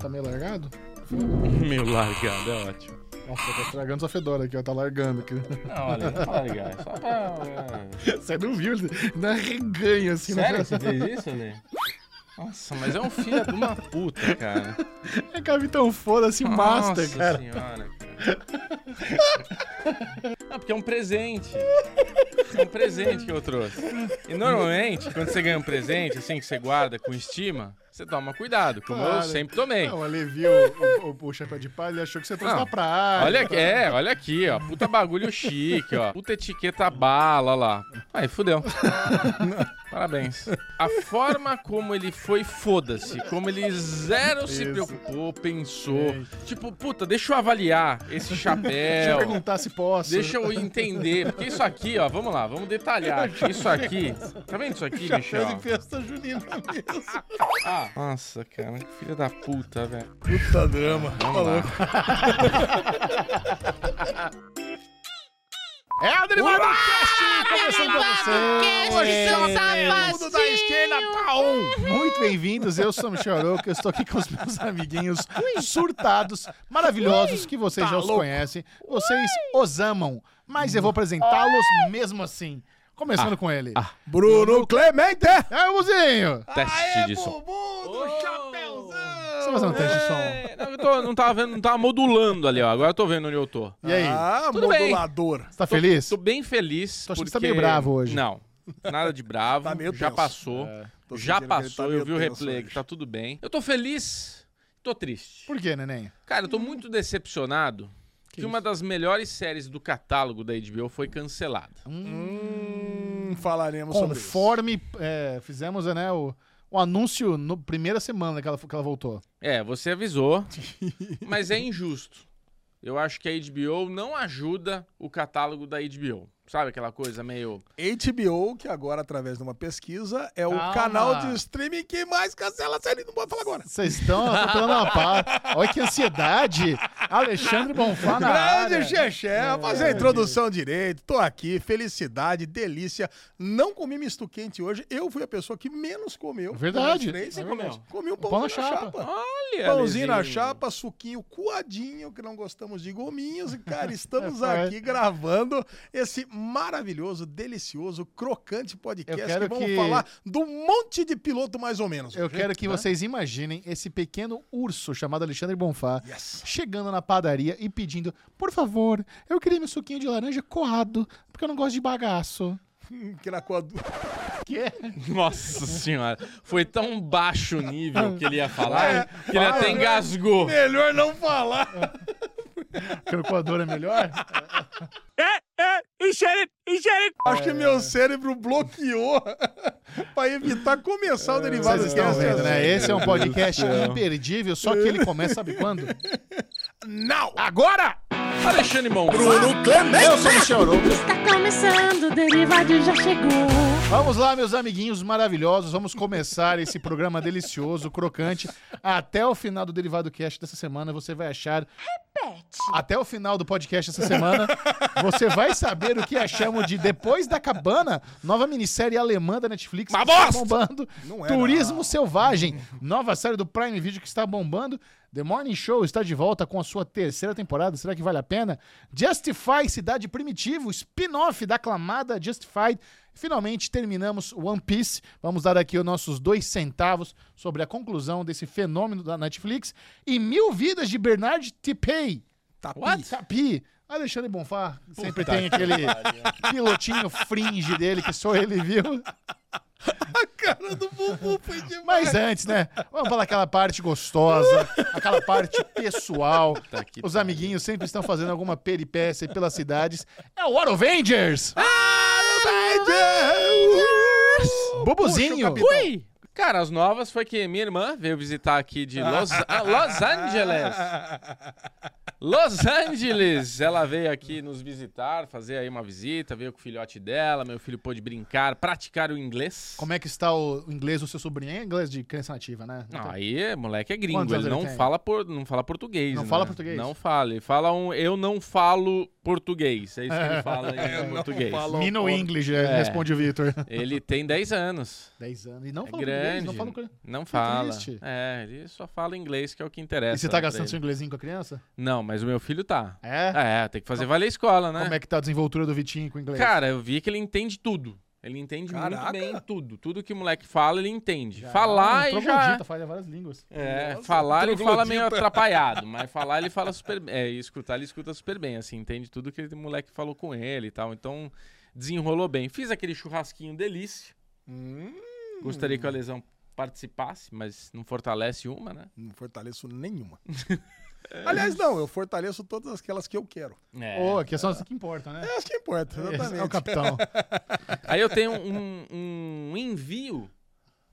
Tá meio largado? Meu largado, é ótimo. Nossa, tá estragando sua fedora aqui, ó. Tá largando aqui. Não, olha, não tá ligado. Só pra. é. Você não viu? Ele dá reganho assim Sério que na você fez isso, Ale? Nossa, mas é um filho de uma puta, cara. É Capitão Foda-se Master, Nossa cara. senhora, cara. Ah, porque é um presente. É um presente que eu trouxe. E normalmente, quando você ganha um presente, assim, que você guarda com estima, você toma cuidado, como eu Claro. sempre tomei. Não, ele viu o, o- o chapéu de palha e achou que você trouxe Não. pra praia. Olha aqui, é, olha aqui, ó. Puta bagulho chique, ó. Puta etiqueta bala lá. Aí, fudeu. Parabéns. A forma como ele foi, foda-se. Como ele zero se Isso. preocupou, pensou. Tipo, puta, deixa eu avaliar esse Deixa eu chapéu. perguntar se posso. Deixa eu entender. Porque isso aqui, ó, vamos lá, vamos detalhar. aqui. Isso aqui. Tá vendo isso aqui, Chapéu Michel? de festa junina mesmo. Ah, nossa, cara, que filha da puta, velho. Puta drama. Tá Vamos lá. É o Dribadocast! Começando pra você! Hoje, mundo da esquerda, tá on! Muito bem-vindos, eu sou o Michel Arouca, eu estou aqui com os meus amiguinhos surtados, maravilhosos, que vocês já os conhecem. Vocês os amam, mas eu vou apresentá-los mesmo assim. Começando com ele. Bruno Clemente! É, Buzinho! Teste de som. Ô, chapéuzão! Você vai fazer um teste de som. É, não, eu tô- não tava vendo, não tava modulando ali, ó. Agora eu tô vendo onde eu tô. E aí, Ah, Tudo bem. modulador. você tá feliz? Tô bem feliz. Tô achando porque... que você tá meio bravo hoje. Não. Nada de bravo. Tá meio já tenso. passou. Tô Já sentindo que ele passou. eu tá meio vi o tenso replay hoje. que tá tudo bem. Eu tô feliz. Tô triste. Por quê, neném? Cara, eu tô muito decepcionado que, uma das melhores séries do catálogo da HBO foi cancelada. Hum, falaremos sobre isso. Conforme é, fizemos né, o, o anúncio na primeira semana que ela, que ela voltou. É, você avisou, mas é injusto. Eu acho que a HBO não ajuda o catálogo da HBO. Sabe aquela coisa meio. HBO, que agora, através de uma pesquisa, é o Calma. canal de streaming que mais cancela a série. Não vou falar agora. Vocês estão atropelando uma pá. Olha que ansiedade. Alexandre Bonfá na área. Grande Xexé, fazer a introdução direito, tô aqui, felicidade, delícia. Não comi misto quente hoje, eu fui a pessoa que menos comeu. Verdade. Dos três, É você comeu. verdade. Comi um pão pãozinho na na chapa. chapa. É, Olha! Pãozinho na Lezinho. chapa, suquinho coadinho, que não gostamos de gominhos. E, cara, estamos É, aqui gravando esse maravilhoso, delicioso, crocante podcast Eu quero que vamos que- falar do monte de piloto, mais ou menos. Eu hoje, quero que né? vocês imaginem esse pequeno urso chamado Alexandre Bonfá Yes. chegando na padaria e pedindo: Por favor, eu queria meu suquinho de laranja coado, porque eu não gosto de bagaço. Hum, Que na coa- Que? Nossa senhora, foi tão baixo o nível que ele ia É, falar que ele fala, até né? engasgou. Melhor não falar. É. Porque o coador é melhor? Acho que meu cérebro bloqueou pra evitar começar o derivado É. Vocês estão Cast vendo, assim. né? Esse é um podcast Meu Deus do céu. imperdível, só que ele começa, sabe quando? Não! Agora! Alexandre Monfá. Bruno Clemente! Eu sou o Michel Arouca. Tá começando, o Derivadinho já chegou. Vamos lá, meus amiguinhos maravilhosos. Vamos começar esse programa delicioso, crocante. Até o final do Derivado Cast dessa semana, você vai achar. Repete. Até o final do podcast dessa semana, você vai saber o que achamos de Depois da Cabana, nova minissérie alemã da Netflix Uma que está bosta! bombando. Não é, Turismo não. Selvagem, nova série do Prime Video que está bombando. The Morning Show está de volta com a sua terceira temporada. Será que vale a pena? Justify Cidade Primitivo, spin-off da aclamada Justified. Finalmente terminamos One Piece. Vamos dar aqui os nossos dois centavos sobre a conclusão desse fenômeno da Netflix. E Mil Vidas de Bernard Tipei. Tapi. What? Tapi. Alexandre Bonfá sempre tem aquele pilotinho fringe dele que só ele viu. A cara do Bubu foi demais. Mas é. antes, né? Vamos falar aquela parte gostosa, aquela parte pessoal. que Os amiguinhos sempre estão fazendo alguma peripécia pelas cidades. É o War Avengers! Ah, Puxa, Bubuzinho! o capitão. Ui! Cara, as novas foi que minha irmã veio visitar aqui de Los, ah, Los Angeles. Los Angeles! Ela veio aqui nos visitar, fazer aí uma visita, veio com o filhote dela, meu filho pôde brincar, praticar o inglês. Como é que está o inglês do seu sobrinho? É inglês de crença nativa, né? Não, aí moleque é gringo, Quantos anos ele ele não tem? fala, por, não fala português. Não né? fala português? Não fala, ele fala um eu não falo português, é isso que ele fala em português. falo- Mino English, é, É. responde o Vitor. Ele tem 10 anos, 10 anos. E não é fala inglês, grande, não fala inglês. não fala. triste. É, ele só fala inglês, que é o que interessa. E você tá pra gastando ele. seu inglesinho com a criança? Não, mas o meu filho tá. É? É, tem que fazer valer a escola, né? Como é que é? tá a desenvoltura do Vitinho com o inglês? Cara, eu vi que ele entende tudo. Ele entende Caraca! muito bem tudo. Tudo que o moleque fala, ele entende. Já, falar um e já... troglodita, Fala várias línguas. É, Nossa, falar ele fala troglodita. meio atrapalhado, mas falar ele fala super bem. É, e escutar ele escuta super bem, assim, entende tudo que o moleque falou com ele e tal. Então, desenrolou bem. Fiz aquele churrasquinho delícia. Hum, Gostaria que o Alesão participasse, mas não fortalece uma, né? não fortaleço nenhuma. Aliás, não, eu fortaleço todas aquelas que eu quero. É. Ô, a questão é que importa, né? É as que importa, exatamente. É o capitão. Aí eu tenho um, um envio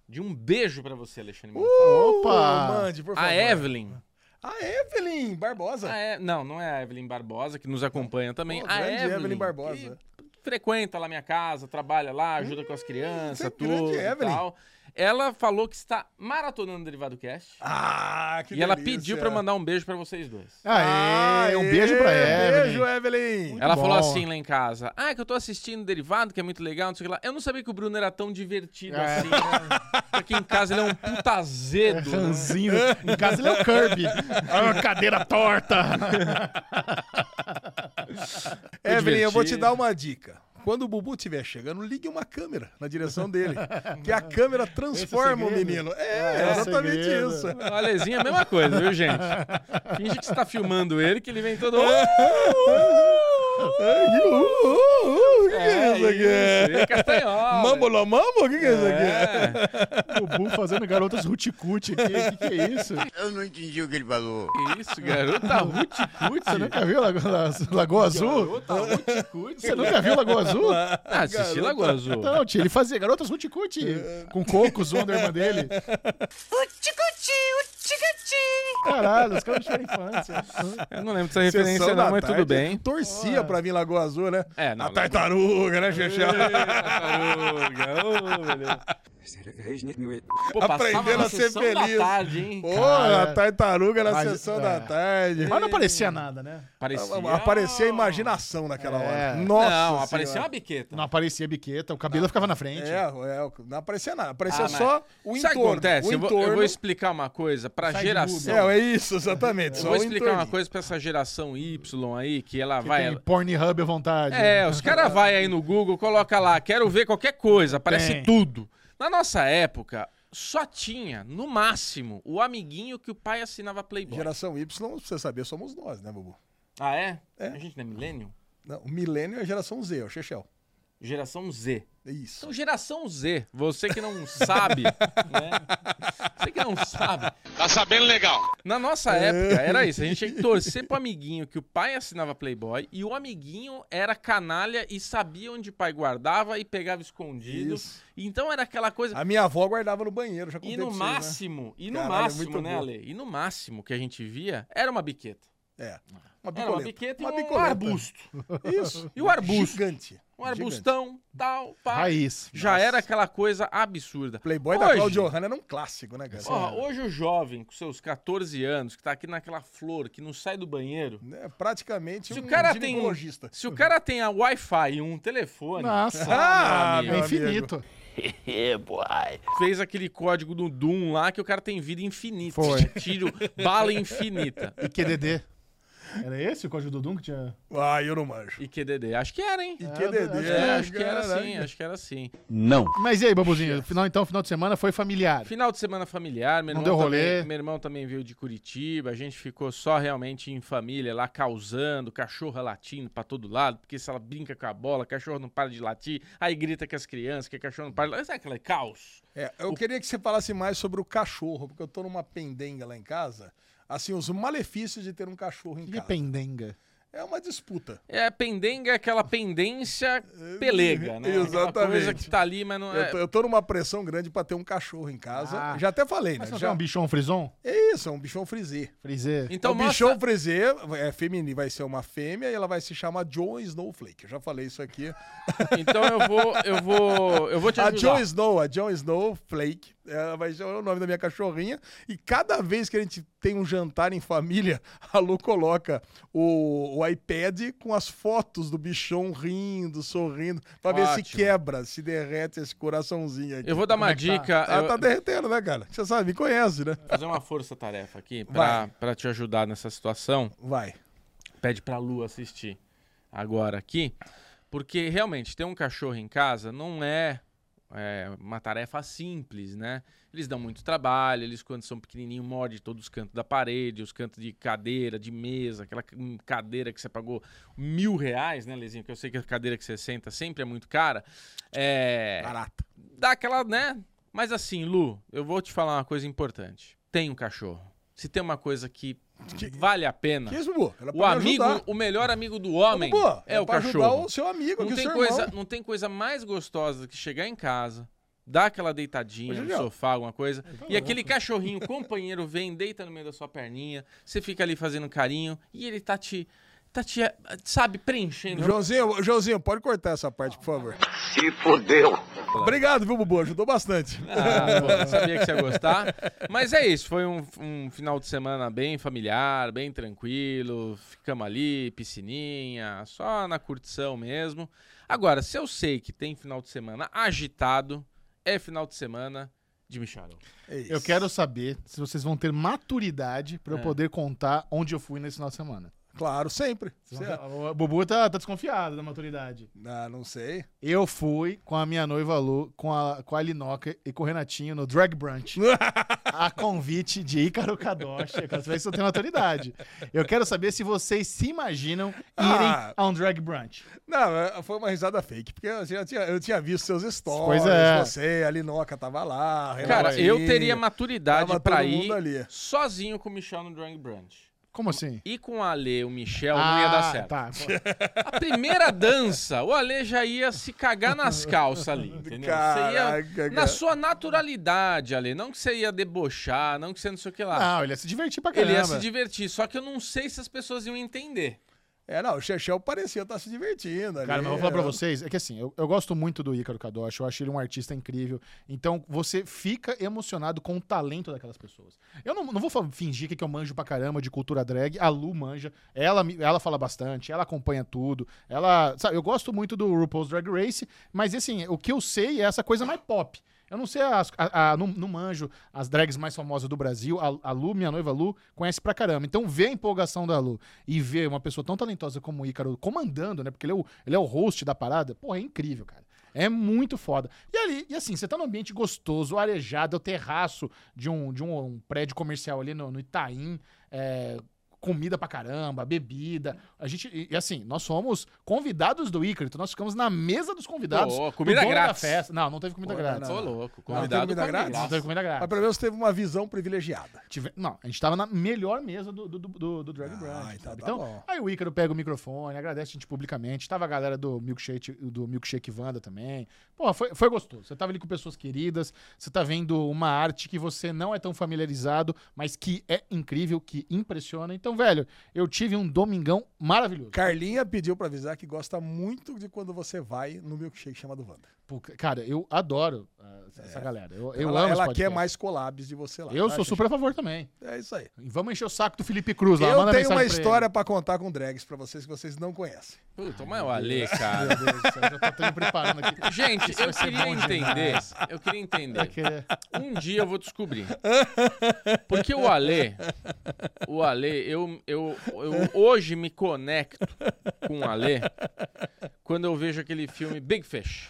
de um beijo pra você, Alexandre. Monfort. Opa! Mande, Uh, por favor. a Evelyn. A Evelyn Barbosa. Ah, é- não, não é a Evelyn Barbosa, que nos acompanha também. Pô, a grande Evelyn, Evelyn Barbosa. que frequenta lá minha casa, trabalha lá, ajuda com as crianças, Hum, grande tudo e Evelyn. tal. Ela falou que está maratonando o Derivado Cast. Ah, que e ela delícia. pediu pra eu mandar um beijo pra vocês dois. Aê, um beijo pra Evelyn. Beijo, Evelyn. Ela bom. falou assim lá em casa: Ah, é que eu tô assistindo Derivado, que é muito legal, não sei o que lá. Eu não sabia que o Bruno era tão divertido É. assim, né? Aqui em casa ele é um puta azedo. né? Ranzinho. em casa ele é o Kirby. Ah, cadeira torta. Evelyn, eu vou te divertido. dar uma dica. Quando o Bubu estiver chegando, ligue uma câmera na direção dele. que a câmera transforma o é segredo? menino. É, é o exatamente segredo. isso. O Alezinho é a mesma coisa, viu, gente? Finge que você tá filmando ele, que ele vem todo. É Ai, que- uh, uh, uh, o que, que é isso aqui? "Ah, é castanhola. Mambo mambo? O que, que é isso aqui? É. Bubu fazendo garotas ruticute aqui. O que, que é isso? Eu não entendi o que ele falou. Que isso, tá garota ruticute. Você nunca viu Lago- La- Lagoa Azul? Garota ruticute. Você nunca viu Lagoa Azul? Ah, assisti Lagoa Azul. tá Não, tio, ele fazia garotas ruticute com coco zoando a irmã dele. Caralho, os caras tiveram infância. Eu não lembro dessa Sessão referência, da não, mas tudo tarde, bem. Torcia pra vir Lagoa Azul, né? É, não. a tartaruga, né, Xexé? Tartaruga, ô, beleza. Pô, Aprendendo na a ser sessão da feliz. tarde, hein? Pô, a tartaruga na Mas- sessão é. da tarde. Mas não parecia nada, né? Parecia... Aparecia a imaginação naquela É. hora. Não, Nossa Não, Senhora. aparecia uma biqueta. Não aparecia biqueta, o cabelo ficava na frente. É, é, não aparecia nada. Aparecia Ah, mas- só Sabe o o entorno. que acontece? O eu, vou, entorno. eu vou explicar uma coisa pra Sai de geração. É, é isso, exatamente. Eu só vou o explicar uma entorninho. coisa pra essa geração Y aí, que ela Que vai. tem Pornhub à vontade. É, os caras vai aí no Google, coloca lá, quero ver qualquer coisa, aparece Tem. tudo. Na nossa época, só tinha, no máximo, o amiguinho que o pai assinava Playboy. Geração Y, pra você saber, somos nós, né, Bubu? Ah, é? É. A gente não é milênio? Não, o milênio é a geração Z, é o Chechel. Geração Z. É isso. Então, geração Z, você que não sabe, né? Você que não sabe. Tá sabendo legal. Na nossa É. época, era isso. A gente tinha que torcer pro amiguinho que o pai assinava Playboy e o amiguinho era canalha e sabia onde o pai guardava e pegava escondido. Isso. Então era aquela coisa. A minha avó guardava no banheiro, já contei E no pra vocês, né? máximo, e no Caralho, é máximo, muito né, bom. Ale? E no máximo que a gente via era uma biqueta. É. Uma Ah. Era uma bicoleta. biqueta e Uma um bicoleta. arbusto. Isso. E o arbusto? Gigante. Um arbustão, tal, pá. Raiz. Já era aquela coisa absurda. Playboy da Hoje- Claudio Hanna era um clássico, né, cara? Ó, hoje o jovem, com seus 14 anos, que tá aqui naquela flor, que não sai do banheiro. É praticamente Se um o cara tem. ginecologista. Se o cara tem a Wi-Fi e um telefone, Nossa, Ah, é infinito. fez aquele código do Doom lá que o cara tem vida infinita. Foi. Tiro, bala infinita. E QDD. Era esse o código do Doom que tinha... Ah, eu não manjo. E QDD. Acho que era, hein? QDD. É, acho que era Caraca. assim, acho que era assim. Mas e aí, babuzinho? Final, então, final de semana foi familiar. Final de semana familiar, meu Não irmão, deu rolê. Também, meu irmão também veio de Curitiba, a gente ficou só realmente em família lá causando, cachorra latindo pra todo lado, porque se ela brinca com a bola, cachorro não para de latir, aí grita com as crianças, que cachorro não para de latir, sabe aquele caos? É, eu queria que você falasse mais sobre o cachorro, porque eu tô numa pendenga lá em casa. Assim, os malefícios de ter um cachorro em Que casa. pendenga. É uma disputa. É, pendenga é aquela pendência pelega, né? Aquela coisa Exatamente. que tá ali, mas não é. Eu, tô, eu tô numa pressão grande pra ter um cachorro em casa. Ah. Já até falei, né? Mas não Já- é um bichão frison? É isso, é um bichão frisê. Frisê. Então o mostra. bichão frisê é feminino, vai ser uma fêmea e ela vai se chamar Joan Snowflake. Eu já falei isso aqui. Então eu vou, eu vou, eu vou te A ajudar. Joan Snow, a Joan Snowflake, ela vai ser o nome da minha cachorrinha. E cada vez que a gente tem um jantar em família, a Lu coloca o, o iPad com as fotos do bichão rindo, sorrindo, pra ver se Ótimo. quebra, se derrete esse coraçãozinho aqui. Eu vou dar Como uma é que tá? dica. Ela eu- tá derretendo, né, cara? Você sabe, me conhece, né? fazer uma força-tarefa aqui pra, Vai. pra te ajudar nessa situação. Vai. Pede pra Lu assistir agora aqui. Porque realmente ter um cachorro em casa não é, é, uma tarefa simples, né? Eles dão muito trabalho, eles quando são pequenininhos mordem todos os cantos da parede, os cantos de cadeira, de mesa, aquela c- hum, cadeira que você pagou mil reais, né, Lezinho? Que eu sei que a cadeira que você senta sempre é muito cara. É, Barata. dá aquela, né? Mas assim, Lu, eu vou te falar uma coisa importante. Tem um cachorro. Se tem uma coisa que Que- vale a pena, Que isso, Bu? Era o É me amigo, ajudar. o melhor amigo do homem Bu, é, o pra ajudar cachorro. o seu amigo Não aqui, o tem, seu coisa, irmão. não tem coisa mais gostosa do que chegar em casa, dar aquela deitadinha Ô, no Julião. sofá, alguma coisa, e aquele cachorrinho companheiro vem, deita no meio da sua perninha, você fica ali fazendo carinho, e ele tá te, tá te sabe, preenchendo. Joãozinho, Joãozinho, pode cortar essa parte, por favor. Se fodeu. Obrigado, viu, Bubu? Ajudou bastante. Ah, pô, sabia que você ia gostar. Mas é isso, foi um, um final de semana bem familiar, bem tranquilo. Ficamos ali, piscininha, só na curtição mesmo. Agora, se eu sei que tem final de semana agitado, é final de semana de Micharol. É isso. Eu quero saber se vocês vão ter maturidade pra eu poder contar onde eu fui nesse final de semana. Claro, sempre. Cê- é O Bubu tá, tá desconfiado da maturidade. Ah, não sei. Eu fui com a minha noiva Lu, com a, com a Linoca e com o Renatinho no Drag Brunch. a convite de Ícaro Kadosh. Eu quero saber se eu tenho maturidade. Eu quero saber se vocês se imaginam irem Ah. a um Drag Brunch. Não, é, foi uma risada fake, porque eu já tinha, eu tinha visto seus stories. Pois é. Você, a Linoca tava lá. a Cara, Renatinha. eu teria maturidade É Tava pra todo ir mundo ali. sozinho com o Michel no Drunk Brunch. Como assim? E com o Ale, o Michel, não É, ia dar certo. Tá. A primeira dança, o Ale já ia se cagar nas calças ali, entendeu? Caraca, você ia na cara. sua naturalidade, Ale. Não que você ia debochar, não que você não sei o que lá. tá. Não, ele ia se divertir pra caramba. Ele ia se divertir, só que eu não sei se as pessoas iam entender. É, não, o Chechel parecia estar se divertindo ali. Cara, mas eu vou falar pra vocês, é que assim, eu, eu gosto muito do Ícaro Kadosh, eu acho ele um artista incrível. Então, você fica emocionado com o talento daquelas pessoas. Eu não, não vou fa- fingir que que eu manjo pra caramba de cultura drag, a Lu manja, ela, me- ela fala bastante, ela acompanha tudo, ela... Sabe, eu gosto muito do RuPaul's Drag Race, mas assim, o que eu sei é essa coisa mais pop. Eu não sei, as, a- a- não, não manjo as drags mais famosas do Brasil. A, a Lu, minha noiva Lu, conhece pra caramba. Então, ver a empolgação da Lu e ver uma pessoa tão talentosa como o Ícaro comandando, né? Porque ele é o, ele é o host da parada. Pô, é incrível, cara. É muito foda. E ali, e assim, você tá num ambiente gostoso, arejado, é o terraço de um, de um, um prédio comercial ali no, no Itaim. É, comida pra caramba, bebida. A gente, e, e assim, nós somos convidados do Ícaro, então nós ficamos na mesa dos convidados. Pô, do comida dono grátis. Da festa. Não, não teve comida Pô, grátis. Tô louco, Não, convidado tem comida come grátis? Não teve comida grátis. Mas pelo menos teve uma visão privilegiada. Tive- Não, a gente tava na melhor mesa do, do, do, do Drag Ah, Brunch. então sabe? tá Então, bom. aí o Ícaro pega o microfone, agradece a gente publicamente. Tava a galera do Milkshake, do milkshake Vanda também. Pô, foi, foi gostoso. Você tava ali com pessoas queridas, você tá vendo uma arte que você não é tão familiarizado, mas que é incrível, que impressiona. Então, velho, eu tive um domingão maravilhoso. Carlinha pediu pra avisar que gosta muito de quando você vai no milkshake chamado Wanda. Pô, Cara, eu adoro ah, essa galera. Eu, eu É. amo ela esse ela podcast. quer mais collabs de você lá. Eu tá, sou Xuxa? super a favor também. É isso aí. E Vamos encher o saco do Felipe Cruz lá. Eu manda tenho mensagem uma pra ele. história pra contar com drags pra vocês que vocês não conhecem. Puta, mas o Ale, cara. Meu Deus do céu, já tô- tô me preparando aqui. Gente, eu vai ser queria bom entender. demais. É Eu queria Vai entender. querer. Um dia eu vou descobrir. Porque o Ale, o Ale, eu, eu, eu hoje me conecto com o Ale quando eu vejo aquele filme Big Fish.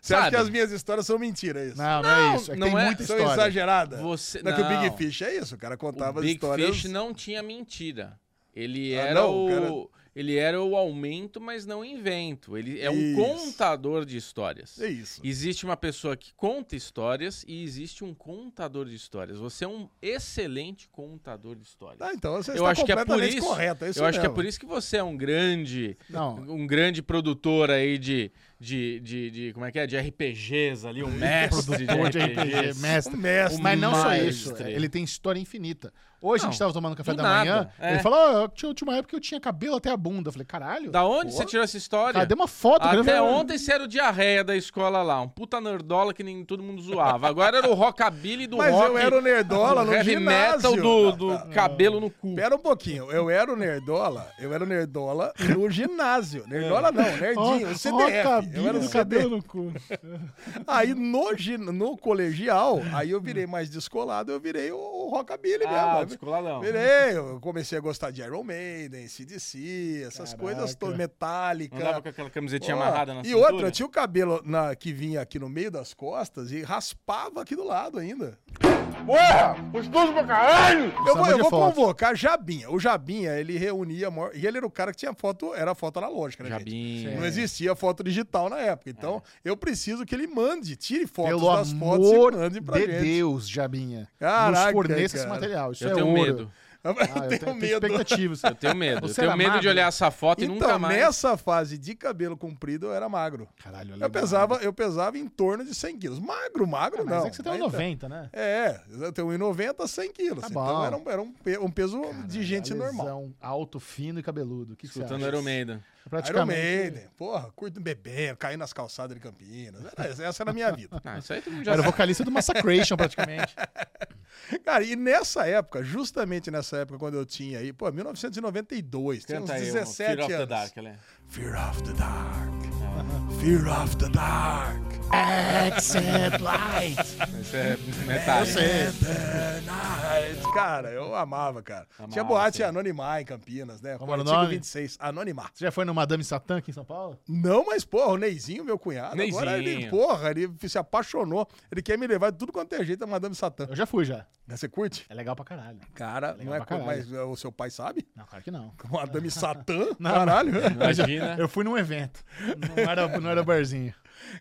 Você acha Sabe? que as minhas histórias são mentira, é isso? Não, não é isso. É que não tem é- muita são história. exageradas. Você- não, é que o não. Big Fish é isso, o cara contava o as Big histórias. Fish não tinha mentira. Ele Ah, era não, o. ele era o aumento, mas não invento. Ele é um Isso. contador de histórias. É isso. Existe uma pessoa que conta histórias e existe um contador de histórias. Você é um excelente contador de histórias. Ah, então você Eu está acho que é por completamente isso- correto. É isso Eu acho que é mesmo. por isso que você é um grande, Não, um grande produtor aí de, de, de, de- como é que é, de RPGs ali, um mestre de Pô, de RPGs. RPG, mestre. O mestre. Mas não só isso, Maestre. ele tem história infinita. Hoje a gente Não, tava tomando café do da nada, manhã, é. ele falou, ó, eu tinha tinha uma época que eu tinha cabelo até a bunda. Eu falei, caralho, Da onde pô, você tirou essa história? Cadê uma foto? Eu quero Até ver- ontem você era o diarreia da escola lá, um puta nerdola que nem todo mundo zoava. Agora era o rockabilly do Mas rock. eu era o nerdola do no heavy metal ginásio. tá. do, do cabelo no cu. Pera um pouquinho, eu era o Nerdola, eu era o Nerdola no ginásio. Nerdola não, Nerdinho, É. Ó, ó, CDF. Eu cabelo era do o cabelo cabelo. no cu. Aí no, gin- no colegial, aí eu virei mais descolado, eu virei o, o rockabilly Ah, mesmo. descoladão. Virei, eu comecei a gostar de Iron Maiden, CDC, essas coisas todas, Andava metálica. com aquela camisetinha Ó, amarrada na E cintura? outra, eu tinha o cabelo na- que vinha aqui no meio das costas e raspava aqui do lado ainda. Precisava Eu vou, eu de vou foto. convocar Jabinha. O Jabinha, ele reunia. a maior- E ele era o cara que tinha foto, era foto analógica, né? gente? Jabim. é. Não existia foto digital na época. Então, eu preciso que ele mande, tire fotos Pelo das fotos amor e mande pra de gente. Deus, Jabinha. nos Caraca, forneça esse cara. material. Isso Eu é tenho ouro. medo. Ah, eu tenho medo. expectativas. Eu tenho medo. Eu Você tenho era medo de magro? olhar essa foto e nunca Então, mais. nessa fase de cabelo comprido, eu era magro. Caralho, olha Eu pesava, eu pesava em torno de 100 quilos. Magro, magro Mas não. é que você tem Aí um 90, né? É, eu tenho 1,90, 100 quilos. Tá bom. então era, um, era um pe- um peso de gente Alesão, normal. alto, fino e cabeludo. O que, que você Escutando acha? Iron Maiden. Iron Praticamente. Maiden, porra, curto bebê, caí nas calçadas de Campinas. Era- essa era a minha vida. Ah, isso aí todo mundo já Era o sabe. vocalista do Massacration, praticamente. Cara, e nessa época, justamente nessa época, quando eu tinha aí, pô, 1992, tinha uns Canta aí, 17 17 Fear of the anos. Dark, né? Fear of the Dark. Fear of the Dark. Except light. Isso é metal. And the night. Cara, eu amava, cara. tinha boate Anonimar em Campinas, né? Como era o Artigo nome? 26, Anonimar. Você já foi no Madame Satã aqui em São Paulo? Não, mas, porra, o Neizinho, meu cunhado, agora ele, Neizinho. porra, ele se apaixonou. Ele quer me levar de tudo quanto é jeito a Madame Satã. Né, Eu já fui, já. Você curte? É legal pra caralho. Cara, não é pra co- caralho. mas uh, o seu pai sabe? Não, claro que não. Madame Satã? Caralho. É. Imagina. Eu fui num evento. Não era, não era barzinho.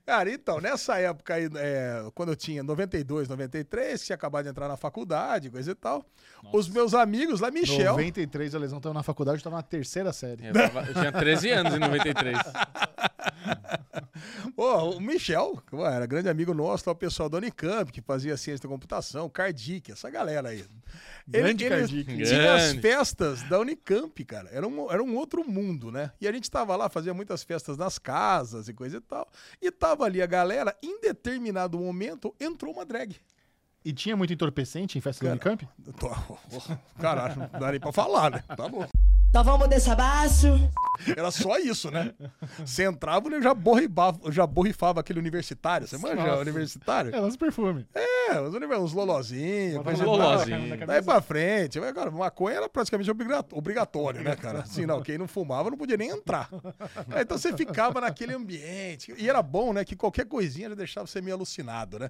Cara, então, nessa época aí, é, quando eu tinha 92, 93, tinha acabado de entrar na faculdade, coisa e tal, os meus amigos lá, Michel. É. 93, a lesão tava na faculdade, eu tava na terceira série. Eu, tava- eu tinha 13 anos em 93. Ô, o Michel, que pô, era grande amigo nosso, tá, o pessoal do Unicamp, que fazia ciência da computação, Cardic, essa galera aí. Grande Cardic. Tinha as Grande. festas da Unicamp, cara. Era um, era um outro mundo, né? E a gente tava lá, fazia muitas festas nas casas e coisa e tal. E tava ali a galera, em determinado momento, entrou uma drag. E tinha muito entorpecente em festa do Unicamp? Eu Tô, caralho, não dá nem pra falar, né? Tá bom. Então vamos desse abaixo. Era só isso, né? Você entrava, ele já borrifava, já borrifava aquele universitário. Você manja Nossa. universitário? É, lança perfume. É, um os univer- uns Mas lolozinhos. coisa eu e tava tal. com a cara né, na Daí cabeça. pra frente, mas, cara, maconha era praticamente obriga- obrigatório, né, cara? Assim, não, quem não fumava não podia nem entrar. Aí, Então você ficava naquele ambiente. E era bom, né, que qualquer coisinha já deixava você meio alucinado, né?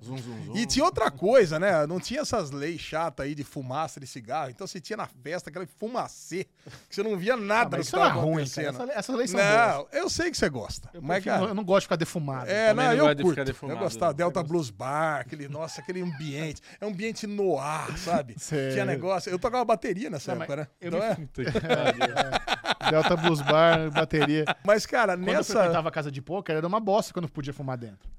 E tinha outra coisa, né? Não tinha essas leis chatas aí de fumaça de cigarro. Então você tinha na festa aquela fumacê, que você não via Ah, nada mas do isso que não é tava ruim, cara. acontecendo. Essa- Essas leis são boas. Não, eu sei que você gosta. mas, Prefiro- cara, eu não gosto de ficar defumado. é, também não, não eu gosto de curto. ficar defumado, eu né? gostava não. Delta Blues Bar, aquele, nossa, aquele ambiente. É um ambiente no ar, sabe? Sei. Tinha negócio. Eu tocava bateria nessa Não, mas época, né? eu Então me- é. Delta Blues Bar, bateria. Mas, cara, Quando eu nessa. frequentava a casa de pôquer, era uma bosta quando podia fumar dentro.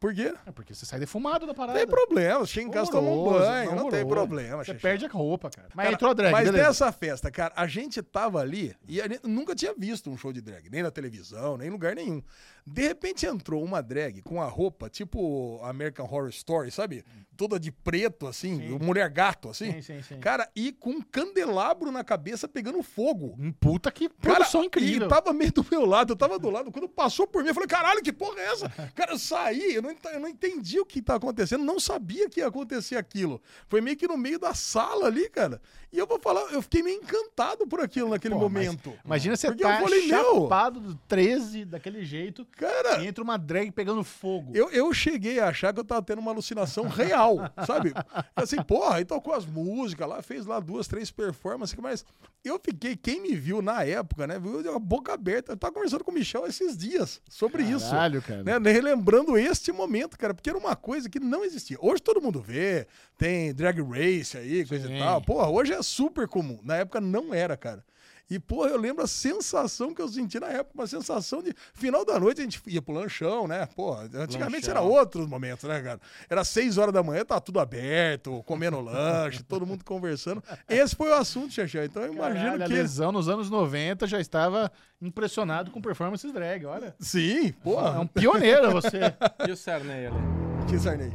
Por quê? É porque você sai defumado da Não parada. tem problema. Chega em casa, toma um Horroroso, banho. Não tem horroroso. problema, Você Xixi. perde a roupa, cara. Mas é assim. Cara, entrou a drag, Mas beleza. nessa festa, cara, a gente tava ali e a gente nunca tinha visto um show de drag, nem na televisão, nem em lugar nenhum. De repente entrou uma drag com a roupa tipo American Horror Story, sabe? Toda de preto, assim, mulher gato, assim. Sim, sim, sim. Cara, e com um candelabro na cabeça pegando fogo. Um puta que Cara, tá produção incrível. E tava meio do meu lado, eu tava do lado. Quando passou por mim, eu falei, caralho, que porra é essa? Cara, eu sa- saí, eu não, ent- eu não entendi o que tá acontecendo, não sabia que ia acontecer aquilo. Foi meio que no meio da sala ali, cara. E eu vou falar, eu fiquei meio encantado por aquilo naquele Pô, mas- momento. Imagina você Porque tá eu falei, meu- chapado do 13 daquele jeito Cara, e entra uma drag pegando fogo. Eu, eu cheguei a achar que eu tava tendo uma alucinação real, sabe? Assim, porra, aí tocou as músicas lá, fez lá duas, três performances, mas eu fiquei, quem me viu na época, né, viu de boca aberta. Eu tava conversando com o Michel esses dias sobre isso. Caralho, cara. Né, né, relembrando este momento, cara, porque era uma coisa que não existia. Hoje todo mundo vê, tem drag race aí, coisa Sim. e tal. Porra, hoje é super comum. Na época não era, cara. E, porra, eu lembro a sensação que eu senti na época, uma sensação de final da noite a gente ia pro lanchão, né? Porra, antigamente era outros momentos, né, cara? Era seis horas da manhã, tá tudo aberto, comendo lanche, todo mundo conversando. Esse foi o assunto, Xaxé. Então eu imagino Caralho, a que. lesão nos anos 90 já estava impressionado com performances drag, olha. Sim, porra. É um pioneiro você. E o Sarney ali? É um Que sarnei.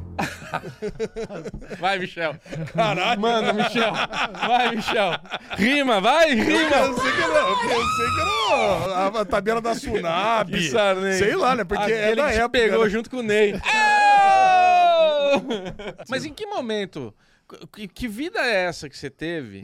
Vai, Michel. Caralho. Manda, Michel. Vai, Michel. Rima, vai, Eu rima. pensei que era, eu pensei que era a, a tabela da Sunab. Que Sarney. Sei lá, né? Porque Aquele é da que te época. pegou né? junto com o Ney. É! Mas em que momento? Que, que vida é essa que você teve?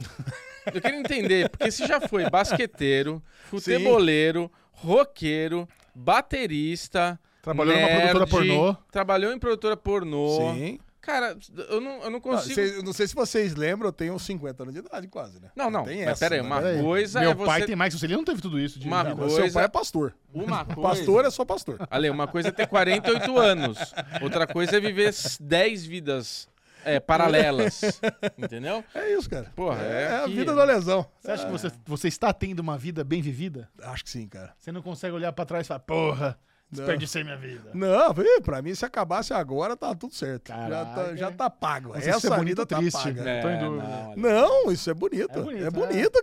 Eu quero entender, porque você já foi basqueteiro, futeboleiro, roqueiro, baterista. Trabalhou numa nerd, produtora pornô. Trabalhou em produtora pornô. Sim. Cara, eu não, eu não Ah, consigo. cês- não sei se vocês lembram, eu tenho 50 anos de idade quase, né? Não, não. Tem Mas essa, pera aí, né? uma Peraí. coisa Meu é você. pai tem mais que você, ele não teve tudo isso. de- Uma Não, Mas coisa- Seu pai é pastor. Uma coisa. Pastor é só pastor. Ale, uma coisa é ter 48 anos, outra coisa é viver s- 10 vidas é, paralelas. Entendeu? É isso, cara. Porra, é a que- vida da lesão. Você acha que você, você está tendo uma vida bem vivida? Acho que sim, cara. Você não consegue olhar pra trás e falar, porra, desperdicei minha vida. Não, ih, pra mim, se acabasse agora, tá tudo certo. Já Caraca. tá, já tá pago. Nossa, Essa isso é bonito vida tá triste, paga. né? Tô em dúvida. não, Ale. Não, isso é bonito. É É bonito, bonito,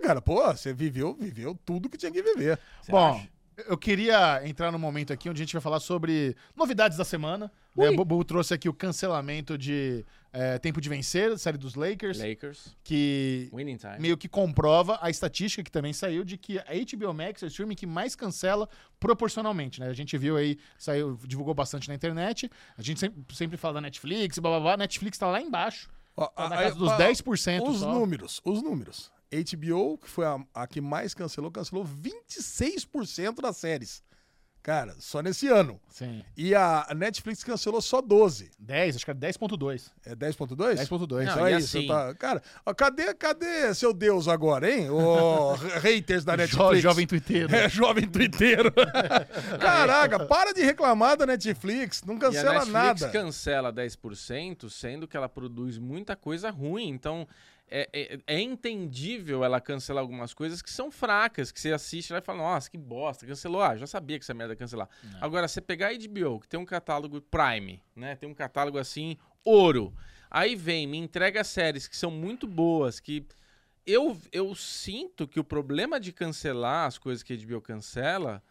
né? cara. Pô, você viveu, viveu tudo que tinha que viver. Bom, eu queria entrar num momento aqui onde a gente vai falar sobre novidades da semana. Né? O Bubu trouxe aqui o cancelamento de eh, Tempo de Vencer, série dos Lakers, Lakers, que winning time. meio que comprova a estatística que também saiu de que a HBO Max é o filme que mais cancela proporcionalmente, né? A gente viu aí, saiu, divulgou bastante na internet. A gente sempre, sempre fala da Netflix, blá blá blá. Netflix tá lá embaixo. Ó, Tá na aí, casa dos ó, 10% Os só. números, os números. HBO, que foi a, a que mais cancelou, cancelou 26% das séries. Cara, só nesse ano. Sim. E a Netflix cancelou só 12. 10, acho que era 10.2. É 10.2? 10.2. Não, Então e é isso, assim- tá. Cara, ó, cadê, cadê seu Deus agora, hein? Ô, haters tá da Jo, Netflix. jovem tuiteiro. É, jovem twitteiro. Caraca, para de reclamar da Netflix. Não E a cancela Netflix nada. cancela 10%, sendo que ela produz muita coisa ruim. Então, é, é- é entendível ela cancelar algumas coisas que são fracas, que você assiste lá e fala, nossa, que bosta, cancelou. Ah, já sabia que essa merda ia cancelar. Agora, você pegar a HBO, que tem um catálogo Prime, né? Tem um catálogo assim, ouro. Aí vem, me entrega séries que são muito boas, que... Eu, eu sinto que o problema de cancelar as coisas que a HBO cancela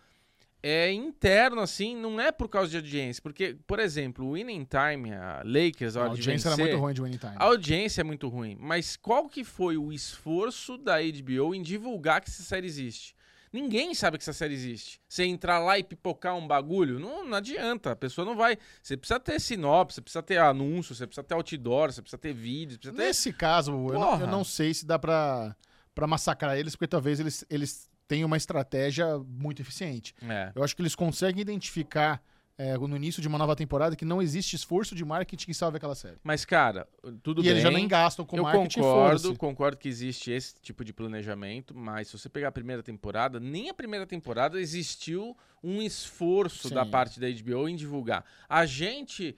é interno, assim, não é por causa de audiência. Porque, por exemplo, o Winning Time, a Lakers, a A hora audiência de era vencer, muito ruim de Winning Time. A audiência é muito ruim. Mas qual que foi o esforço da HBO em divulgar que essa série existe? Ninguém sabe que essa série existe. Você entrar lá e pipocar um bagulho, não, não adianta. A pessoa não vai. Você precisa ter sinopse, você precisa ter anúncio, você precisa ter outdoor, você precisa ter vídeo, você precisa ter. Nesse caso, eu não, Porra. eu não sei se dá pra, pra massacrar eles, porque talvez eles, eles tenham uma estratégia muito eficiente. É. Eu acho que eles conseguem identificar é, no início de uma nova temporada que não existe esforço de marketing que salve aquela série. Mas, cara, tudo e bem. eles já nem gastam com eu marketing concordo, foda-se. concordo que existe esse tipo de planejamento, mas se você pegar a primeira temporada, nem a primeira temporada existiu um esforço Sim. da parte da HBO em divulgar. A gente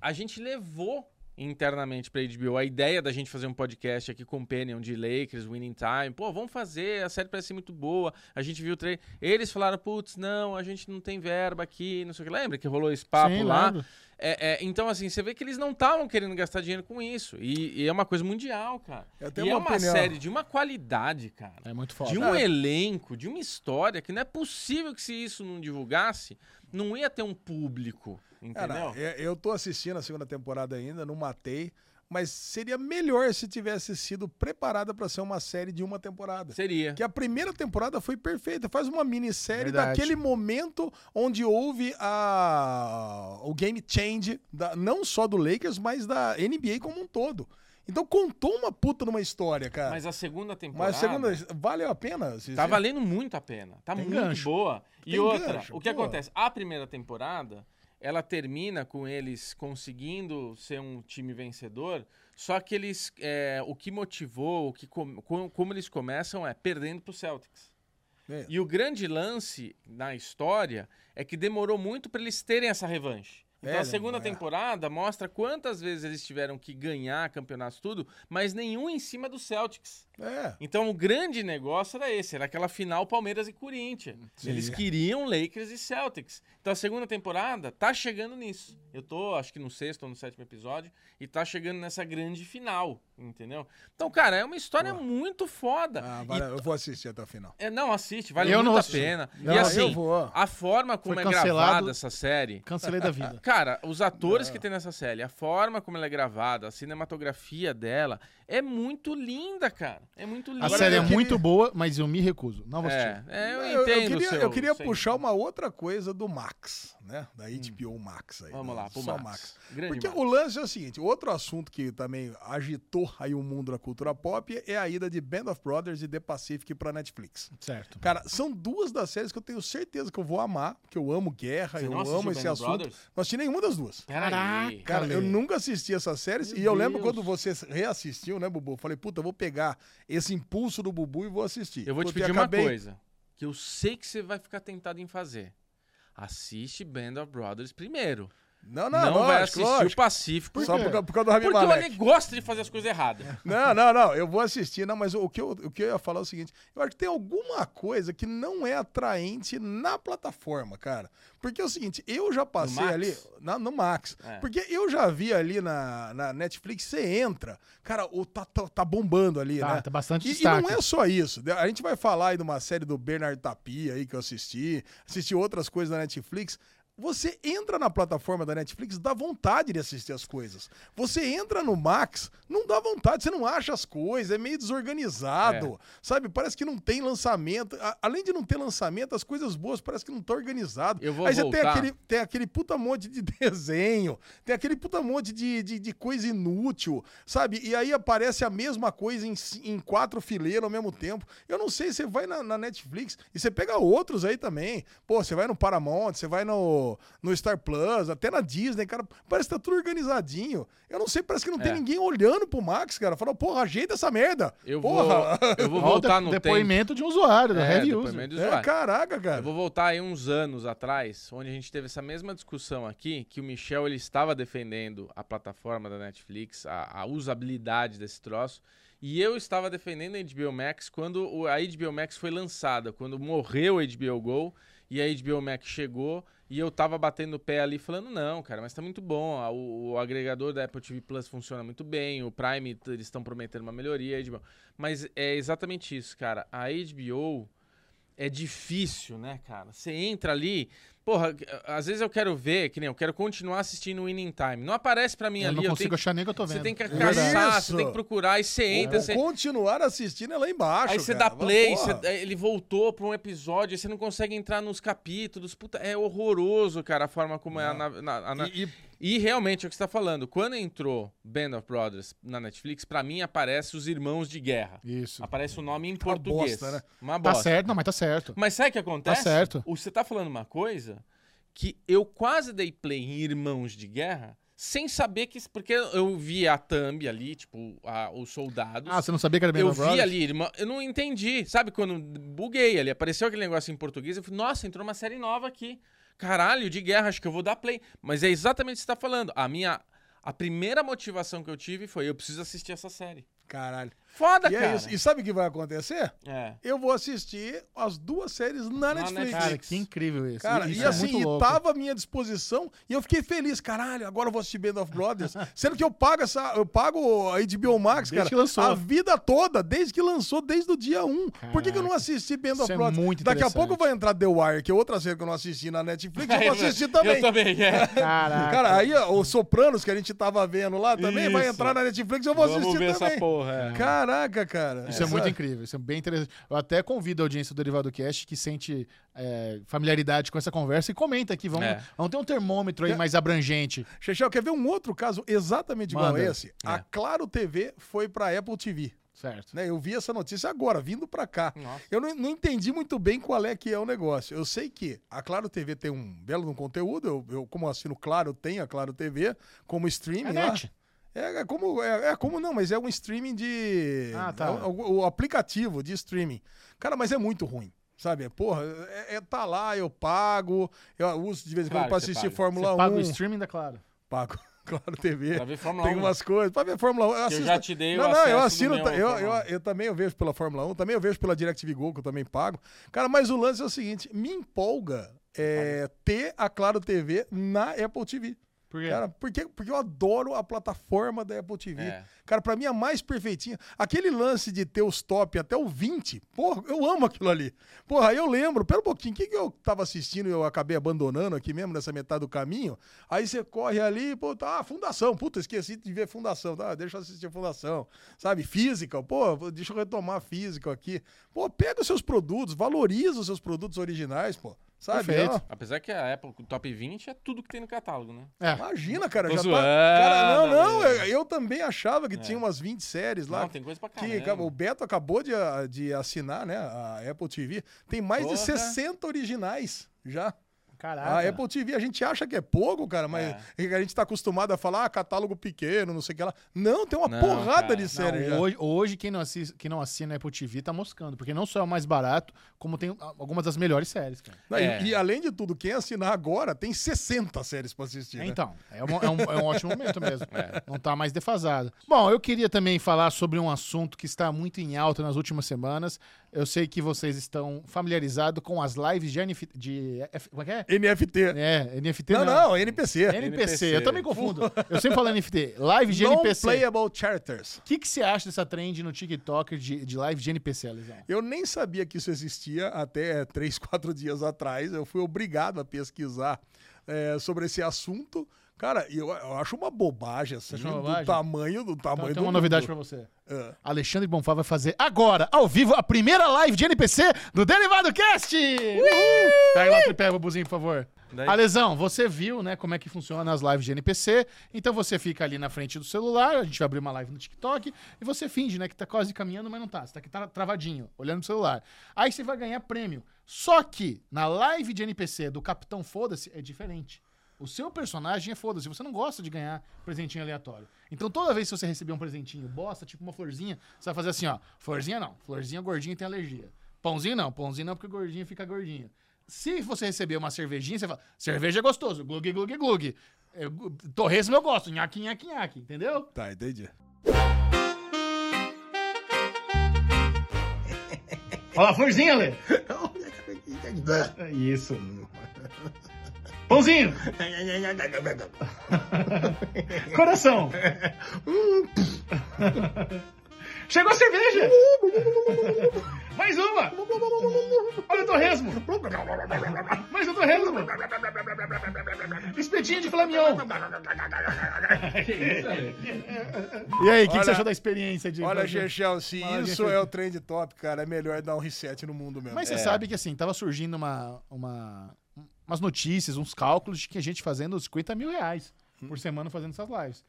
a gente levou internamente pra HBO a ideia da gente fazer um podcast aqui companion de Lakers, Winning Time. Pô, vamos fazer, a série parece muito boa. A gente viu o trailer. Eles falaram, putz, não, a gente não tem verba aqui, não sei o que. Lembra que rolou esse papo Sim, lá? lembro. É, é, então, assim, você vê que eles não estavam querendo gastar dinheiro com isso. E, e é uma coisa mundial, cara. Eu tenho E é uma uma opinião. série de uma qualidade, cara. É muito foda. De um Cara, elenco, de uma história, que não é possível que se isso não divulgasse, não ia ter um público. Entendeu? Cara, é- eu tô assistindo a segunda temporada ainda, não matei. mas seria melhor se tivesse sido preparada para ser uma série de uma temporada. Seria. Que a primeira temporada foi perfeita. Faz uma minissérie Verdade. daquele momento onde houve a, o game change, da- não só do Lakers, mas da NBA como um todo. Então contou uma puta numa história, cara. Mas, Mas a segunda temporada. mas segunda, valeu a pena? assistir? Tá valendo muito a pena. Tá Tem muito gancho. boa. E Tem outra, gancho, o que pô. acontece? A primeira temporada, ela termina com eles conseguindo ser um time vencedor, só que eles. é, o que motivou, o que com- com- como eles começam é perdendo pro Celtics. É. E o grande lance na história é que demorou muito pra eles terem essa revanche. Então É, a segunda é. temporada mostra quantas vezes eles tiveram que ganhar campeonatos tudo, mas nenhum em cima do Celtics. É. Então o grande negócio era esse, era aquela final Palmeiras e Corinthians. Eles queriam Lakers e Celtics. Então a segunda temporada tá chegando nisso. Eu tô, acho que no sexto ou no sétimo episódio, e tá chegando nessa grande final, entendeu? Então, cara, é uma história muito foda. Ah, E- vale- eu vou assistir até o final. é, não, assiste, vale Eu muito não a assisti. pena. Não, e eu assim, vou. a forma como Foi é cancelado. gravada essa série. um, Cancelei da vida. Cara, os atores que tem nessa série, a forma como ela é gravada, a cinematografia dela, é muito linda, cara. É muito linda. A Agora, série é eu queria- muito boa, mas eu me recuso. Não vou assistir. É, é, eu Não, entendo. eu queria, o seu- eu queria seu- puxar uma outra coisa do Max, né? Da HBO Max aí. Hum. Vamos né? lá, pro Só Max. Grande Porque Max. o lance é o seguinte, outro assunto que também agitou aí o mundo da cultura pop é a ida de Band of Brothers e The Pacific pra Netflix. Certo. Cara, são duas das séries que eu tenho certeza que eu vou amar, porque eu amo guerra, Você eu não assistiu amo esse Band of assunto. Brothers? Não assisti nenhuma das duas. Peraí. Cara, Falei. eu nunca assisti essas séries e eu lembro Deus. quando você reassistiu, né, Bubu? Eu Falei, puta, eu vou pegar esse impulso do Bubu e vou assistir. Eu vou te Porque pedir uma acabei- coisa que eu sei que você vai ficar tentado em fazer. Assiste Band of Brothers primeiro. Ah, Não, não, Não, vai assistir lógico. o Pacífico. Só quê? por, causa- por causa do Rami Porque o Ale Malek. gosta de fazer as coisas erradas. Não, não, não. Eu vou assistir. Não, mas o que, eu, o que eu ia falar é o seguinte. Eu acho que tem alguma coisa que não é atraente na plataforma, cara. Porque é o seguinte, eu já passei Max? ali... na- no Max. É. Porque eu já vi ali na, na Netflix, você entra. Cara, o, tá, tá, tá bombando ali, Tá, né? tá bastante E- e, destaque. não é só isso. A gente vai falar aí de uma série do Bernard Tapia aí que eu assisti, assisti outras coisas da Netflix. Você entra na plataforma da Netflix, dá vontade de assistir as coisas. Você entra no Max, não dá vontade, você não acha as coisas, é meio É. desorganizado, sabe? Parece que não tem lançamento. A- além de não ter lançamento, as coisas boas parece que não tá organizado. Eu vou Aí você tem voltar. aquele, tem aquele puta monte de desenho, tem aquele puta monte de, de, de coisa inútil, sabe? E aí aparece a mesma coisa em, ci- em quatro fileiras ao mesmo tempo. Eu não sei, você vai na, na Netflix e você pega outros aí também. Pô, você vai no Paramount, você vai no, no Star Plus, até na Disney, cara. Parece que tá tudo organizadinho. Eu não sei, parece que não tem É. ninguém olhando pro Max, cara. Falou, porra, ajeita essa merda. Eu vou, porra. É, eu vou Olha o voltar de- no tempo. depoimento de um usuário, da É, Heavy User. depoimento do É, usuário. caraca, cara. Eu vou voltar aí uns anos atrás, onde a gente teve essa mesma discussão aqui, que o Michel ele estava defendendo a plataforma da Netflix, a, a usabilidade desse troço, e eu estava defendendo a HBO Max quando o- a HBO Max foi lançada, quando morreu a HBO Go e a HBO Max chegou e eu tava batendo o pé ali falando, não, cara, mas tá muito bom, a- o, o agregador da Apple TV Plus funciona muito bem, o Prime, t- eles estão prometendo uma melhoria, a HBO... Mas é exatamente isso, cara, a HBO é difícil, né, cara? Você entra ali. Porra, às vezes eu quero ver, que nem eu quero continuar assistindo Winning Time. Não aparece pra mim Eu ali. não eu consigo tenho- achar nem o que eu tô vendo. Você tem que Isso! caçar, você tem que procurar, e você entra, Vou você. continuar assistindo é lá embaixo. Aí você cara. dá play, Porra. você- ele voltou pra um episódio, aí você não consegue entrar nos capítulos. Puta, é horroroso, cara, a forma como é a. na- na- a na- E- e- e realmente é o que você tá falando. Quando entrou Band of Brothers na Netflix, pra mim aparece os Irmãos de Guerra. Isso. Aparece o nome em português. bosta, né? Uma Tá bosta. certo, não, mas tá certo. Mas sabe o que acontece? Tá certo. O- Você tá falando uma coisa que eu quase dei play em Irmãos de Guerra sem saber que. Porque eu vi a thumb ali, tipo, a- os soldados. Ah, você não sabia que era Band eu of vi Brothers? ali, irmã, eu não entendi. Sabe quando buguei ali, apareceu aquele negócio em português, eu falei, nossa, entrou uma série nova aqui. Caralho, de guerra, acho que eu vou dar play. Mas é exatamente o que você tá falando. A minha. A primeira motivação que eu tive foi eu preciso assistir essa série. Caralho. Foda, Né, E é cara. isso. E sabe o que vai acontecer? É. Eu vou assistir as duas séries na, Netflix. Netflix. Cara, que incrível isso. Cara, isso e é assim, muito e louco. tava à minha disposição e eu fiquei feliz. Caralho, agora eu vou assistir Band of Brothers. Sendo que eu pago essa. Eu pago a HBO Max, Desde cara, que lançou. a vida toda, desde que lançou, desde o dia 1. Por que, que eu não assisti Band of Isso é Brothers? muito Daqui a interessante. pouco vai entrar The Wire, que é outra série que eu não assisti na Netflix, eu vou assistir também. Eu também, é. Caraca. Cara, aí ó, os Sopranos que a gente tava vendo lá também vai Isso. entrar na Netflix, eu vou Vamos assistir ver também. essa porra. é. Caraca, cara. Isso é muito incrível, isso é bem interessante. Eu até convido a audiência do Derivado Cast que sente é, familiaridade com essa conversa e comenta aqui. Vamos, É. vamos ter um termômetro aí mais abrangente. Chechel, quer ver um outro caso exatamente igual Manda. É. a esse? A Claro TV foi pra Apple TV. Certo. né? Eu vi essa notícia agora, vindo pra cá. Eu não, não entendi muito bem qual é que é o negócio. Eu sei que a Claro TV tem um belo de um conteúdo. Eu, eu, como eu assino Claro, eu tenho a Claro TV como streaming É lá. net. É, é como, é, é como não, mas é um streaming de. Ah, tá. é um- o, o aplicativo de streaming. Cara, mas é muito ruim. Sabe, É, porra, é, é- tá lá, eu pago, eu uso de vez em Claro quando pra que você assistir paga. Fórmula Paga 1. o streaming da Claro. Pago. Claro TV. Pra ver Fórmula né? Tem 1, umas coisas. Pra ver Fórmula 1. Eu, assisto- já te dei o Não, não, eu acesso do assino. meu ta- Eu, eu, Fórmula 1. eu também eu vejo pela Fórmula 1, também eu vejo pela DirecTV Go, que eu também pago. Cara, mas o lance é o seguinte: me empolga é, ter a Claro TV na Apple TV. Por quê? Cara, porque, porque eu adoro a plataforma da Apple TV. É. Cara, pra mim é a mais perfeitinha. Aquele lance de ter os top até o 20, porra, eu amo aquilo ali. Porra, aí eu lembro, pera um pouquinho, o que, que eu tava assistindo e eu acabei abandonando aqui mesmo nessa metade do caminho? Aí você corre ali, pô, tá, ah, fundação, puta, esqueci de ver fundação, tá, deixa eu assistir fundação, sabe? Física, pô, vou- deixa eu retomar física aqui. Pô, pega os seus produtos, valoriza os seus produtos originais, pô. Sabe? É Perfeito. Ó, Apesar que a Apple Top 20 é tudo que tem no catálogo, né? É. Imagina, cara, Tô já zoando, tá. Cara, não, não, velho. eu, eu também achava que tinha umas 20 séries lá. Não, é. tem coisa pra que, caramba. cara, o Beto acabou de, a- de assinar, né? A Apple TV. Tem mais de Porra. 60 originais já. Caraca. A Apple TV, a gente acha que é pouco, cara, mas É. a gente tá acostumado a falar ah, catálogo pequeno, não sei o que lá. Não, tem uma Não, porrada cara, de não, série Não, já. hoje, hoje quem, não assiste, quem não assina Apple TV tá moscando, porque não só é o mais barato, como tem ah, algumas das melhores séries, cara. Não, e- É. E, além de tudo, quem assinar agora tem 60 séries pra assistir. né? É. Então, é, uma- é um, é um ótimo momento mesmo. Não tá mais defasado. Bom, eu queria também falar sobre um assunto que está muito em alta nas últimas semanas. Eu sei que vocês estão familiarizados com as lives de, NF, de F- como é que é? NFT. É, NFT Não, não. não, NPC. NPC. eu também confundo. Eu sempre falo NFT. Live de NPC. Non-playable characters. O que, que você acha dessa trend no TikTok de, de live de NPC, Alisão? Eu nem sabia que isso existia até três, quatro dias atrás. Eu fui obrigado a pesquisar eh, sobre esse assunto. Cara, e eu, eu acho uma bobagem assim, acha uma do bobagem? tamanho do Então, eu tamanho do tenho uma mundo. novidade pra você. Ah. Alexandre Bonfá vai fazer agora, ao vivo, a primeira live de NPC do Derivado Cast! Uhul! Pega lá, pega o buzinho, por favor. Daí- Alesão, você viu, né, como é que funciona as lives de NPC, então você fica ali na frente do celular, a gente vai abrir uma live no TikTok, e você finge, né, que tá quase caminhando, mas não tá, você tá aqui tá travadinho, olhando pro celular. Aí você vai ganhar prêmio. Só que, na live de NPC do Capitão Foda-se, é diferente. O seu personagem é foda-se, você não gosta de ganhar presentinho aleatório. Então toda vez que você receber um presentinho bosta, tipo uma florzinha, você vai fazer assim, ó. Florzinha não, florzinha gordinha tem alergia. Pãozinho não, pãozinho não, porque gordinho fica gordinho. Se você receber uma cervejinha, você fala, cerveja é gostoso, glug, glug, glug. É, gu- Torresmo eu gosto, nhaque, nhaque, nhaque, entendeu? Tá, entendi. Fala, florzinha, Lê. Isso. Pãozinho. Coração. Chegou a cerveja. Mais uma. Olha o torresmo. Mais um torresmo. Espetinho de flamião. E aí, o que, que Olha- você achou da experiência de. Olha, fazer- Chechel, se Fala, isso Chechel. é o trend top, cara, é melhor dar um reset no mundo mesmo. É Mas você sabe que assim, tava surgindo uma, uma- umas notícias, uns cálculos de que a gente fazendo 50 mil reais por semana fazendo essas lives.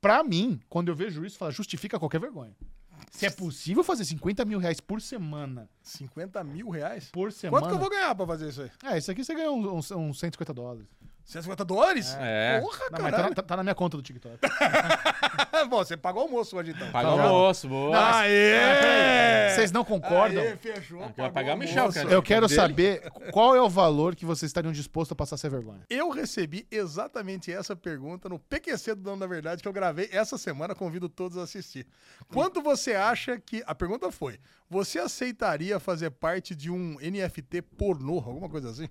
Pra mim, quando eu vejo isso, fala, justifica qualquer vergonha. Se é possível fazer 50 mil reais por semana, 50 mil reais? por semana. Quanto que eu vou ganhar pra fazer isso aí? É, isso aqui você ganha uns, uns, uns 150 dólares. 150 dólares? É. Porra, Não, tá- mas caralho. tá, na- tá na minha conta do TikTok. Bom, você paga o almoço hoje então. Pagar o almoço, boa. é, Aê! Vocês não concordam? Aê, Ah, fechou. Vai pagou pagar o almoço. Michel, cara. Eu quero Dele. saber qual é o valor que vocês estariam dispostos a passar sem vergonha. Eu recebi exatamente essa pergunta no PQC do Dono da Verdade que eu gravei essa semana, convido todos a assistir. Quanto você acha que. A pergunta foi: você aceitaria fazer parte de um NFT pornô, alguma coisa assim?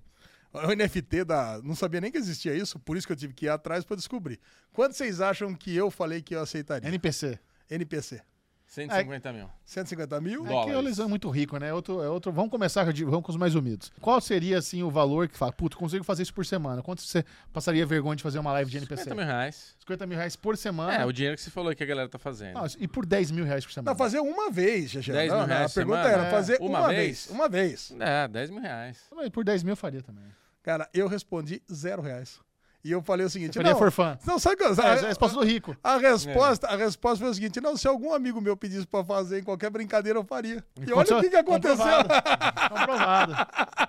O NFT da. Não sabia nem que existia isso, por isso que eu tive que ir atrás pra descobrir. Quanto vocês acham que eu falei que eu aceitaria? NPC. NPC. 150 mil. 150 mil? É que Dólares. o Lisão é muito rico, né? É Outro, é outro, vamos começar de- vamos com os mais humildes. Qual seria, assim, o valor que fala, puto, consigo fazer isso por semana? Quanto você passaria vergonha de fazer uma live de NPC? 50 mil reais. 50 mil reais por semana. Ah. É, o dinheiro que você falou que a galera tá fazendo. Não, isso- e por 10 mil reais por semana. Não, fazer uma vez, Gegé. 10 Não, mil não, reais A pergunta semana. era É. fazer Uma uma, vez? vez. Uma vez. É, 10 mil reais. Mas Por 10 mil eu faria também. Cara, eu respondi zero reais. E eu falei o seguinte: faria não, for fun. Não, sabe o que eu- É, a resposta do rico. A resposta, a resposta foi o seguinte: não, se algum amigo meu pedisse pra fazer em qualquer brincadeira, eu faria. E olha o que, que aconteceu. Comprovado. Comprovado.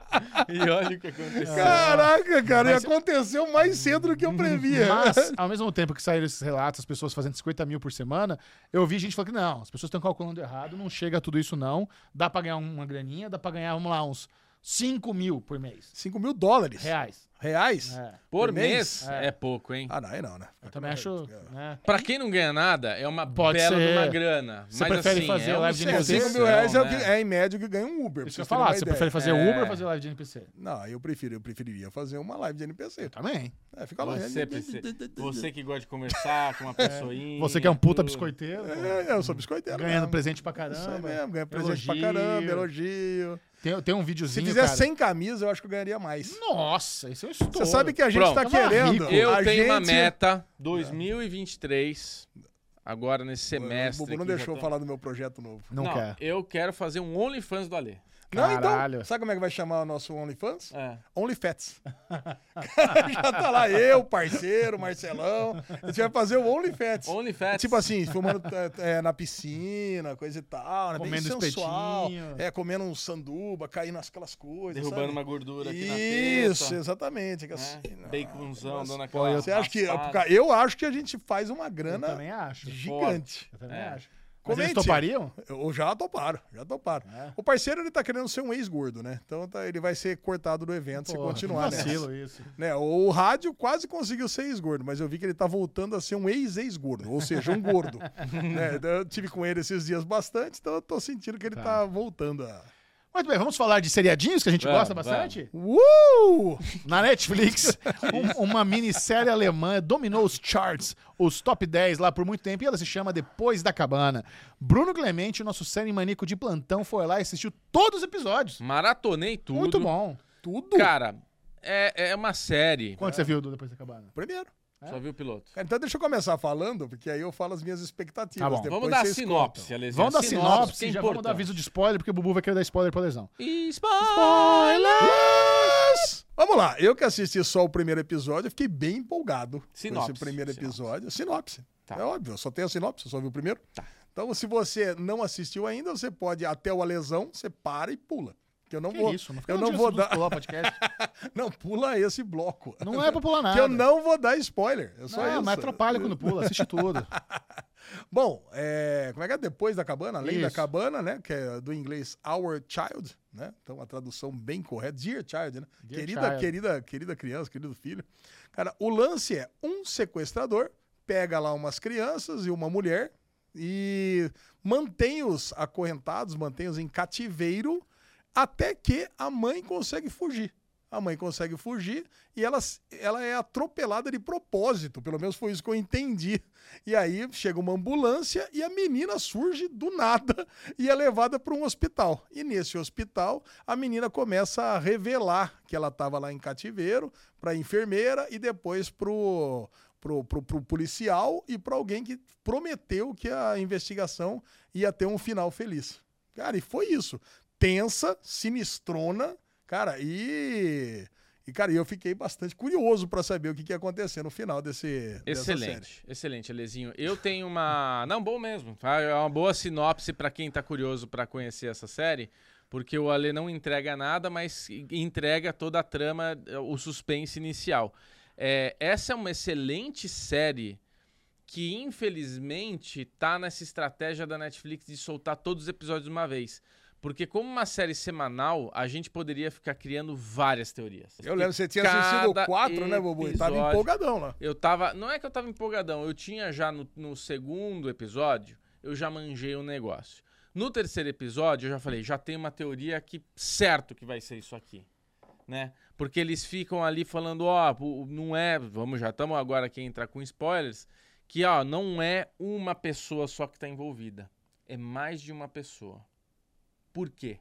E olha o que aconteceu. É. Caraca, cara, Mas- é- e aconteceu mais cedo do que eu previa. Mas, ao mesmo tempo que saíram esses relatos, as pessoas fazendo 50 mil por semana, eu vi gente falando que não, as pessoas estão calculando errado, não chega a tudo isso não, dá pra ganhar uma graninha, dá pra ganhar, vamos lá, uns 5 mil por mês. 5 mil dólares. Reais. Reais? É. Por mês É. é. pouco, hein? Ah, não, aí não, né? Eu também acho. Né? Pra quem não ganha nada, é uma Pode bela de ser. uma grana. Você Mas prefere assim, fazer é live de uma 5 negociação, mil reais é, o que, né? é em média o que ganha um Uber. pra um, Isso que eu ia vocês terem falar, uma você ideia. prefere fazer É. Uber ou fazer live de NPC? Não, eu prefiro, eu preferiria fazer uma live de NPC. Também. É, fica lá. Você, precisa- você que gosta de conversar com uma pessoinha. Você que é um puta tudo. biscoiteiro, né? É, eu sou biscoiteiro. ganhando mesmo. presente pra Isso aí caramba. mesmo, ganha presente elogio. pra caramba, elogio. Tem, tem um Se videozinho. fizer cara. sem camisa, eu acho que eu ganharia mais. Nossa, isso é um estouro. Você sabe que a gente Pronto. tá Tamo lá, querendo. rico. Eu a tenho uma gente- meta 2023, agora nesse semestre. O Bubu não aqui, já deixou eu tô- falar do meu projeto novo. Não, Não, quer. eu quero fazer um OnlyFans do Alê. Não, Caralho. então. Sabe como é que vai chamar o nosso OnlyFans? É. OnlyFats. Cara, Já tá lá eu, parceiro, Marcelão. A gente vai fazer o OnlyFats. OnlyFans. Tipo assim, filmando é, é, na piscina, coisa e tal, né? Comendo bem sensual. espetinho. É, comendo um sanduba, caindo aquelas coisas. derrubando sabe? uma gordura aqui na testa. Isso, exatamente. que assim, né? não, Baconzão, mas- dando aquela. Você acha que. é passada. Eu acho que a gente faz uma Eu grana também acho. gigante. Eu também É. acho. Mas Comente. eles topariam? Eu já toparam, já toparam. É. O parceiro, ele tá querendo ser um ex-gordo, né? Então tá- ele vai ser cortado do evento se Porra, continuar que nessa. vacilo isso. Né? O rádio quase conseguiu ser ex-gordo, mas eu vi que ele tá voltando a ser um ex-ex-gordo, ou seja, um gordo. né? Então, Eu tive com ele esses dias bastante, então eu tô sentindo que ele tá, voltando a... Muito bem, vamos falar de seriadinhos que a gente Vamos, gosta bastante? Uh! Na Netflix, um- uma minissérie alemã dominou os charts, os top 10 lá por muito tempo, e ela se chama Depois da Cabana. Bruno Clemente, o nosso série maníaco de plantão, foi lá e assistiu todos os episódios. Maratonei tudo. Muito bom. Tudo. Cara, é, é uma série. Quanto você viu do Depois da Cabana? Primeiro. Só vi o piloto. Cara, Então deixa eu começar falando, porque aí eu falo as minhas Tá expectativas. bom. Depois Vamos dar a vocês sinopse, Alezinho. Vamos dar sinopse, que é já vamos dar importante. aviso de spoiler, porque o Bubu vai querer dar spoiler pra lesão. E spoiler! Mas, Vamos lá, eu que assisti só o primeiro episódio, eu fiquei bem empolgado Sinopse, com esse primeiro sinopse. episódio. Sinopse. Tá. É óbvio, eu só tenho a sinopse, eu só vi o primeiro. Tá. Então, se você não assistiu ainda, você pode, até o Alesão, você para e pula. Que eu não Que vou. isso, não fica eu não dando vou Jesus dar. pular podcast. Não, pula esse bloco. Não é pra pular nada. Que eu não vou dar spoiler. É só Não, isso. mas atrapalha quando pula, assiste tudo. Bom, é, como é que é? Depois da cabana, além da Isso. cabana, né? Que é do inglês Our Child, né? Então a tradução bem correta, Dear Child, né? Dear querida, Child. querida, querida criança, querido filho. Cara, o lance é um sequestrador pega lá umas crianças e uma mulher e mantém-os acorrentados, mantém-os em cativeiro até que a mãe consegue fugir. A mãe consegue fugir e ela, ela é atropelada de propósito, pelo menos foi isso que eu entendi. E aí chega uma ambulância e a menina surge do nada e é levada para um hospital. E nesse hospital, a menina começa a revelar que ela estava lá em cativeiro para a enfermeira e depois pro pro, pro, pro policial e para alguém que prometeu que a investigação ia ter um final feliz. Cara, e foi isso. Tensa, sinistrona, cara, e. E, cara, eu fiquei bastante curioso para saber o que, que ia acontecer no final desse. dessa série. Excelente, excelente, Alezinho. Eu tenho uma. Não, bom mesmo. tá? É uma boa sinopse pra quem tá curioso pra conhecer essa série, porque o Ale não entrega nada, mas entrega toda a trama, eh, o suspense inicial. É, essa é uma excelente série que, infelizmente, tá nessa estratégia da Netflix de soltar todos os episódios de uma vez. Porque, como uma série semanal, a gente poderia ficar criando várias teorias. Eu lembro, você tinha assistido Cada o 4, né, Bobo? E tava episódio. empolgadão lá. Eu tava. Não é que eu tava empolgadão, eu tinha já no, no segundo episódio, eu já manjei o negócio. No terceiro episódio, eu já falei, já tem uma teoria que certo que vai ser isso aqui. Né? Porque eles ficam ali falando, ó, o- não é. Vamos já, estamos agora aqui a entrar com spoilers. Que, ó, não é uma pessoa só que tá envolvida. É mais de uma pessoa. Por quê?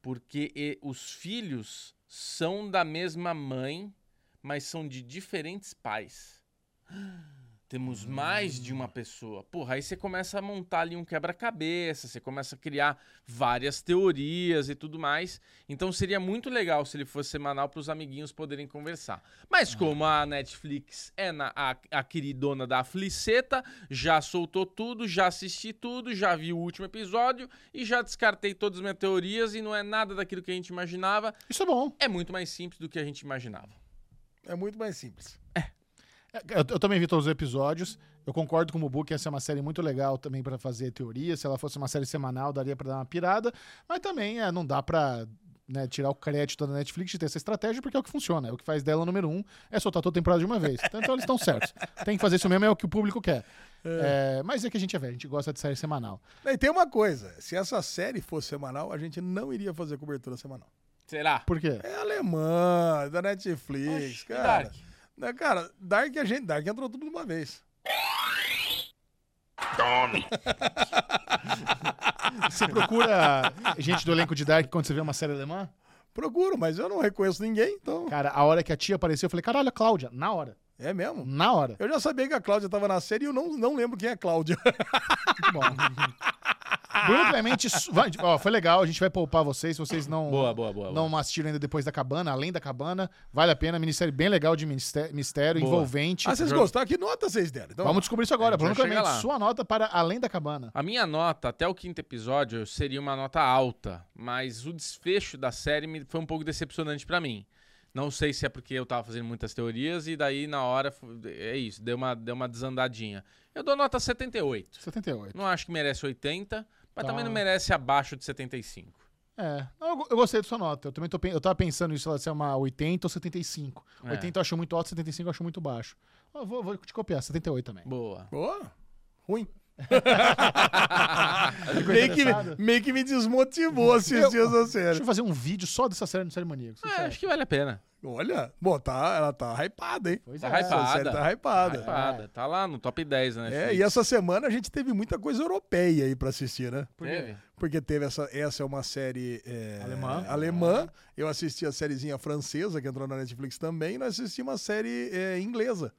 Porque e- os filhos são da mesma mãe mas são de diferentes pais. Temos mais de uma pessoa. Porra, aí você começa a montar ali um quebra-cabeça, você começa a criar várias teorias e tudo mais. Então seria muito legal se ele fosse semanal para os amiguinhos poderem conversar. Mas como a Netflix é na- a, a queridona da Fliceta, já soltou tudo, já assisti tudo, já vi o último episódio e já descartei todas as minhas teorias e não é nada daquilo que a gente imaginava. Isso é bom. É muito mais simples do que a gente imaginava. É muito mais simples. É, Eu, eu também vi todos os episódios. Eu concordo com o Bubu que essa é uma série muito legal também pra fazer teoria. Se ela fosse uma série semanal, daria pra dar uma pirada. Mas também é, não dá pra né, tirar o crédito da Netflix de ter essa estratégia, porque é o que funciona. É o que faz dela número um, é soltar toda a temporada de uma vez. Então, então eles estão certos. Tem que fazer isso mesmo, é o que o público quer. É, mas é que a gente é velho, a gente gosta de série semanal. E tem uma coisa: se essa série fosse semanal, a gente não iria fazer cobertura semanal. Será? Por quê? É alemã, da Netflix, Oxe, e cara. Dark? Não, Cara, Dark a gente. Dark entrou tudo de uma vez. Você procura gente do elenco de Dark quando você vê uma série alemã? Procuro, mas eu não reconheço ninguém, então. Cara, a hora que a tia apareceu, eu falei, caralho, a Cláudia, na hora. É mesmo? Na hora. Eu já sabia que a Cláudia tava na série e eu não, não lembro quem é a Cláudia. Muito bom. Bruno Clemente, su- vai- ó, foi legal, a gente vai poupar vocês, se vocês não, Boa, boa, boa. não assistiram ainda depois da cabana, além da cabana, vale a pena, ministério bem legal de mistério, mistério Boa. envolvente. Ah, vocês gostaram? Que nota vocês deram? Então, Vamos descobrir isso agora. A gente Bruno vai Clemente, chegar lá. sua nota para além da cabana. A minha nota até o quinto episódio seria uma nota alta, mas o desfecho da série me- foi um pouco decepcionante pra mim. Não sei se é porque eu tava fazendo muitas teorias e daí na hora fu- é isso, deu uma, deu uma desandadinha. Eu dou nota 78. 78. Não acho que merece 80, mas Tá. também não merece abaixo de 75. É. Não, eu, go- eu gostei da sua nota. Eu também tô, pen- eu tava pensando isso, se é uma 80 ou 75. É. 80 eu acho muito alto, 75 eu acho muito baixo. Eu vou, vou te copiar, 78 também. Boa. Boa. Ruim. Ficou Meio que, interessado? meio que me desmotivou esses dias a Deixa série. eu fazer um vídeo só dessa série no Série Maníaco. É, acho que vale a pena. Olha, bô, tá, ela tá hypada, hein? Pois Tá é. Essa série hypada. tá hypada. Hypada. Tá lá no top 10, né? É, e essa semana a gente teve muita coisa europeia aí pra assistir, né? Teve? Porque teve essa. Essa é uma série é, Alemã. alemã. Eu assisti a sériezinha francesa, que entrou na Netflix também, e nós assistimos uma série é, inglesa.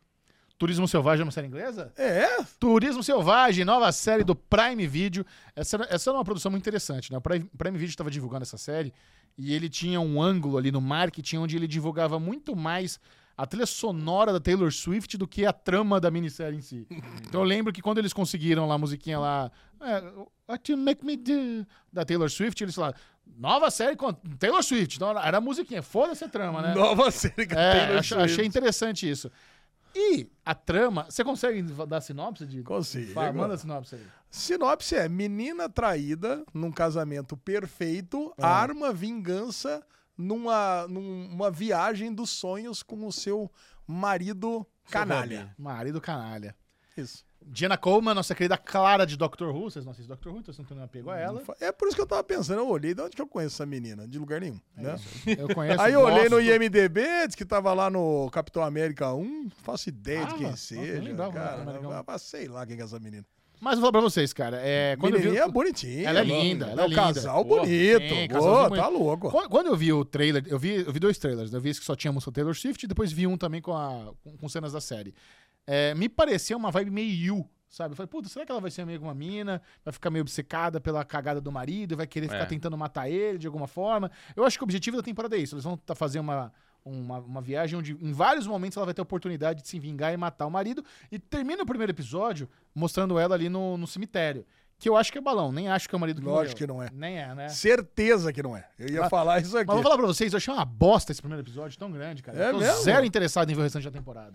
Turismo Selvagem é uma série inglesa? É, Turismo Selvagem, nova série do Prime Video. Essa, era- essa era uma produção muito interessante, né? O Prime, Prime Video estava divulgando essa série e ele tinha um ângulo ali no marketing onde ele divulgava muito mais a trilha sonora da Taylor Swift do que a trama da minissérie em si. Então eu lembro que quando eles conseguiram lá a musiquinha lá, é, What You Make Me Do, da Taylor Swift, eles falaram, nova série com Taylor Swift. Então era a musiquinha, foda-se a trama, né? nova série que É, tem no ach- Netflix. achei interessante isso. E a trama, você consegue dar sinopse de Consigo. Fala, manda a sinopse aí. Sinopse é: menina traída num casamento perfeito, Ah. arma vingança numa, numa viagem dos sonhos com o seu marido canalha. Marido canalha. Isso. Diana Coleman, nossa querida Clara de Doctor Who. Vocês não assistem Doctor Who, então vocês não têm nenhum apego a ela. É por isso que eu tava pensando, eu olhei de onde que eu conheço essa menina? De lugar nenhum. É né? Eu conheço. Aí eu olhei no gosto. IMDB, disse que tava lá no Capitão América 1, faço ideia de Tava? quem Ah, Nossa, nem seja. lembrava, né, cara, América 1. ah, sei lá quem que é essa menina. Mas eu vou falar pra vocês, cara. É, quando, eu vi, Menininha o- bonitinha. Ela é linda, ela é um linda. casal Pô, bonito. tem, Pô, casalzinho tá bonito. louco. Qu- quando eu vi o trailer, eu vi, eu vi dois trailers. né? Eu vi esse que só tinha a música Taylor Swift e depois vi um também com, a, com, com cenas da série. É, me pareceu uma vibe meio you, sabe? Eu falei, puta, será que ela vai ser meio que uma mina? Vai ficar meio obcecada pela cagada do marido, vai querer ficar É. tentando matar ele de alguma forma. Eu acho que o objetivo da temporada é isso. Eles vão tá fazer uma, uma, uma viagem onde em vários momentos ela vai ter a oportunidade de se vingar e matar o marido. E termina o primeiro episódio mostrando ela ali no, no cemitério. que eu acho que é balão. Nem acho que é o marido que Lógico morreu. que não é. Nem é, né? Certeza que não é. Eu ia falar isso aqui. Mas vou falar pra vocês, eu achei uma bosta esse primeiro episódio tão grande, cara. É eu tô mesmo? zero interessado em ver o restante da temporada.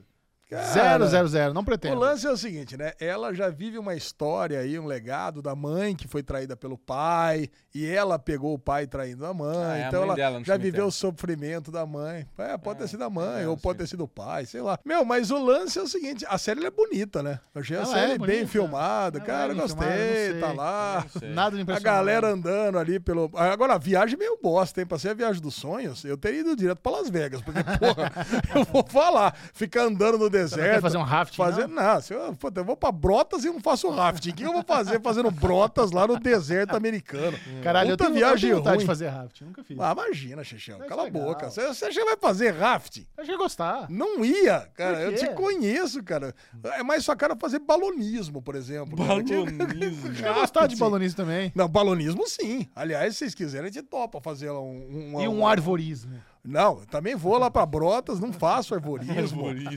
Cara, zero, zero, zero. Não O pretendo. lance é o seguinte, né? Ela já vive uma história aí, um legado da mãe que foi traída pelo pai, e ela pegou o pai traindo a mãe. Ah, é a então mãe ela dela no já cemitério. viveu o sofrimento da mãe. É, pode ter sido a mãe, é, ou sim. pode ter sido o pai, sei lá. Meu, mas o lance é o seguinte: a série ela é bonita, né? Eu achei a Ela série é bem bonita. filmada, Ela cara, é bem gostei, filmada, eu não tá sei. lá. Não sei. Nada de A impressionante. galera andando ali pelo. Agora, a viagem é meio bosta, hein? Pra ser a viagem dos sonhos, eu teria ido direto pra Las Vegas, porque, porra, eu vou falar. Ficar andando no não deserto. quer fazer um rafting, Fazer, não, se eu, puta, eu vou pra Brotas e não faço rafting. O que eu vou fazer fazendo Brotas lá no deserto americano? Caralho, eu Puta tenho, viagem eu tenho vontade ruim. de fazer raft. Nunca fiz. Ah, imagina, Xixão. Mas Cala legal. a boca. Você, você já vai fazer rafting? Eu achei que ia gostar. Não ia, cara. Eu quê? te conheço, cara. É mais sua cara fazer balonismo, por exemplo. cara. Balonismo. Eu ia gostar de balonismo também. Não, balonismo sim. Aliás, se vocês quiserem, a gente topa fazer lá um... E um arvorismo. Não, eu também vou lá pra Brotas, não faço arvorismo.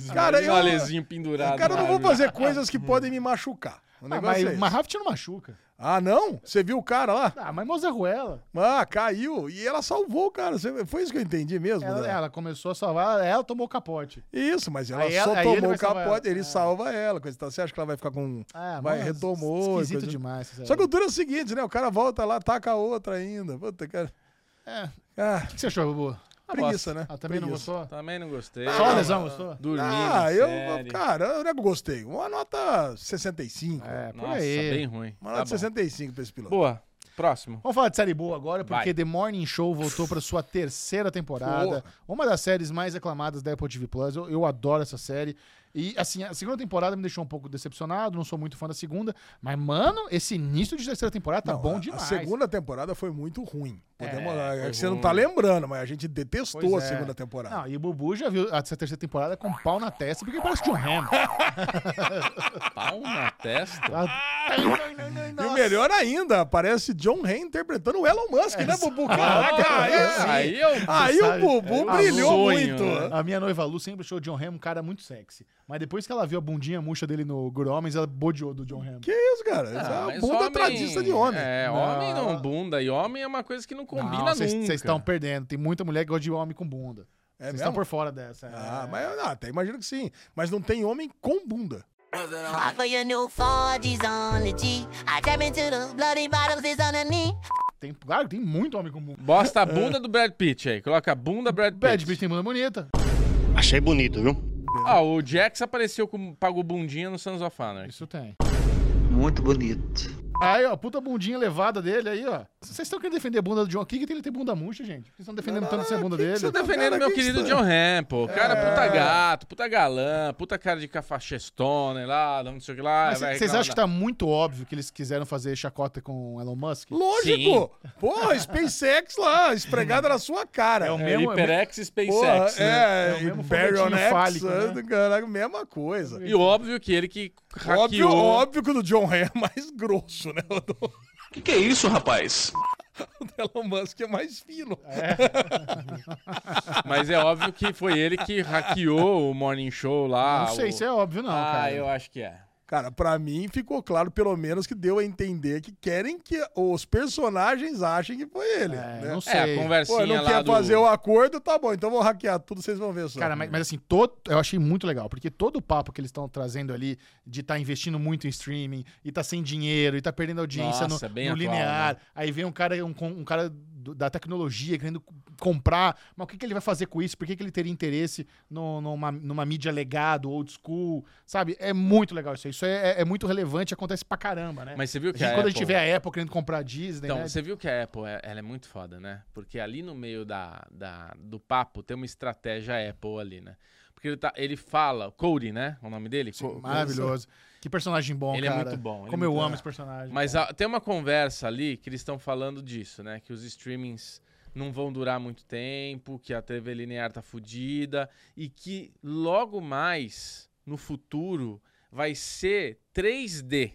Cara, Cara, eu- eu... Alezinho pendurado. Cara, eu não na vou árvore. fazer coisas que podem me machucar. O Ah, negócio mas, é esse. mas raft não machuca. Ah, não? Você viu o cara lá? Ah, mas Mozarruela. Ah, caiu. E ela salvou o cara. Você- Foi isso que eu entendi mesmo? Ela, né? ela começou a salvar, ela tomou o capote. Isso, mas ela Aí só ela- aí ele tomou vai o salvar capote, ela. ele É. salva ela. coisa e tal. Você acha que ela vai ficar com. um- Ah, vai, mano, retomou. e Esquisito coisa- demais. essa Só série. que o duro é o seguinte, né? O cara volta lá, taca a outra ainda. Puta, cara. É. O Ah, que você achou, Bubu? preguiça, né? Ah, também não Preguiça. gostou? Também não gostei. Só o lesão gostou? Dormi na Ah, eu. série. Cara, eu não gostei. Uma nota 65. É, por Nossa, aí. bem ruim. Uma Tá nota bom. 65 pra esse piloto. Boa. Próximo. Vamos falar de série boa agora, porque Vai. The Morning Show voltou para sua terceira temporada. Boa. Uma das séries mais aclamadas da Apple TV Plus. Eu, eu adoro essa série. E, assim, a segunda temporada me deixou um pouco decepcionado, não sou muito fã da segunda. Mas, mano, esse início de terceira temporada tá Não, bom a- demais. A segunda temporada foi muito ruim. Podemos, é, foi que você não ruim. tá lembrando, mas a gente detestou Pois a é. segunda temporada. Não, e o Bubu já viu essa terceira temporada com um pau na testa, porque parece John Hammond. Pau na testa. Ah, E o melhor ainda, parece John Hay interpretando o Elon Musk, né, Bubu? Caraca, aí, Ah, Ah, aí eu. aí sabe, o Bubu é um brilhou sonho, muito. né? A minha noiva Lu sempre achou o John Hammond um cara muito sexy. Mas depois que ela viu a bundinha murcha dele no Good Homens, ela bodeou do John Hammond. Que isso, cara? Isso Ah, é uma mas bunda homem- tradista de homem. É, Não. homem não, bunda. E homem é uma coisa que não combina Não, nunca. Vocês estão perdendo. Tem muita mulher que gosta de homem com bunda. É Vocês mesmo? estão por fora dessa. é. Ah, mas ah, até imagino que sim. Mas não tem homem com bunda. Hot for your new 4G's on the G. I tap into the bloody bottoms, it's on the knee. Tem, claro, que tem muito homem com bunda. Ah. Bosta a bunda do Brad Pitt aí. Coloca a bunda Brad Pitt. Bad Beat tem bunda bonita. Achei bonito, viu? Ah, o Jax apareceu com pago bundinha no Sons of Anarchy. Isso tem. Muito bonito. Aí, ó, puta bundinha levada dele aí, ó. Vocês estão querendo defender a bunda do John? O que, que tem ele ter bunda murcha, gente? Por que vocês estão defendendo tanto essa bunda dele? Tô defendendo é Cara, meu que é. querido estranho. John Hamm, pô. Cara, é puta gato, puta galã, puta cara de cafachestone lá, não sei o que lá. Mas vai Vocês reclamar acham que tá muito óbvio que eles quiseram fazer chacota com o Elon Musk? Lógico! Pô, SpaceX lá, esfregada na sua cara. É o da- mesmo- É, HyperX e Porra, SpaceX, né? é, É o mesmo Baron foguetinho X, fálico, né? caraca, mesma coisa. E óbvio que ele que hackeou. Óbvio, óbvio que o do John Ray é mais grosso, né? O do, o Que que é isso, rapaz? do Elon Musk é mais fino. Mas é óbvio que foi ele que hackeou o Morning Show lá. não sei Ah, o- se é óbvio, não, Ah, cara. eu acho que é. Cara, pra mim ficou claro, pelo menos, que deu a entender que querem que os personagens achem que foi ele. É, né? não É, a sei. Pô, conversinha não lá quer do... fazer o acordo, tá bom, então vou hackear tudo, vocês vão ver só. Cara, Uhum. mas, mas assim, todo, eu achei muito legal, porque todo o papo que eles estão trazendo ali de tá investindo muito em streaming e tá sem dinheiro e tá perdendo audiência Nossa, no, bem no atual, né? linear. Aí vem um cara, um, com- um cara do- da tecnologia querendo c- comprar, mas o que, que ele vai fazer com isso? Por que, que ele teria interesse no- numa, numa mídia legado, old school? Sabe? É muito legal isso aí. Isso é, é- é muito relevante, acontece pra caramba, né? Mas você viu A que gente- a quando a Apple- gente vê a Apple querendo comprar a Disney, Então, né? você viu que a Apple, é- ela é muito foda, né? Porque ali no meio da, da- do papo tem uma estratégia Apple ali, né? Porque ele, tá, ele fala, Cody, né? O nome dele? Co- Maravilhoso. Que personagem bom, Ele é cara. muito bom, ele Como é eu muito amo bom. esse personagem. Mas cara. a- tem uma conversa ali que eles estão falando disso, né? Que os streamings não vão durar muito tempo, que a TV linear tá fodida e que logo mais no futuro vai ser 3D.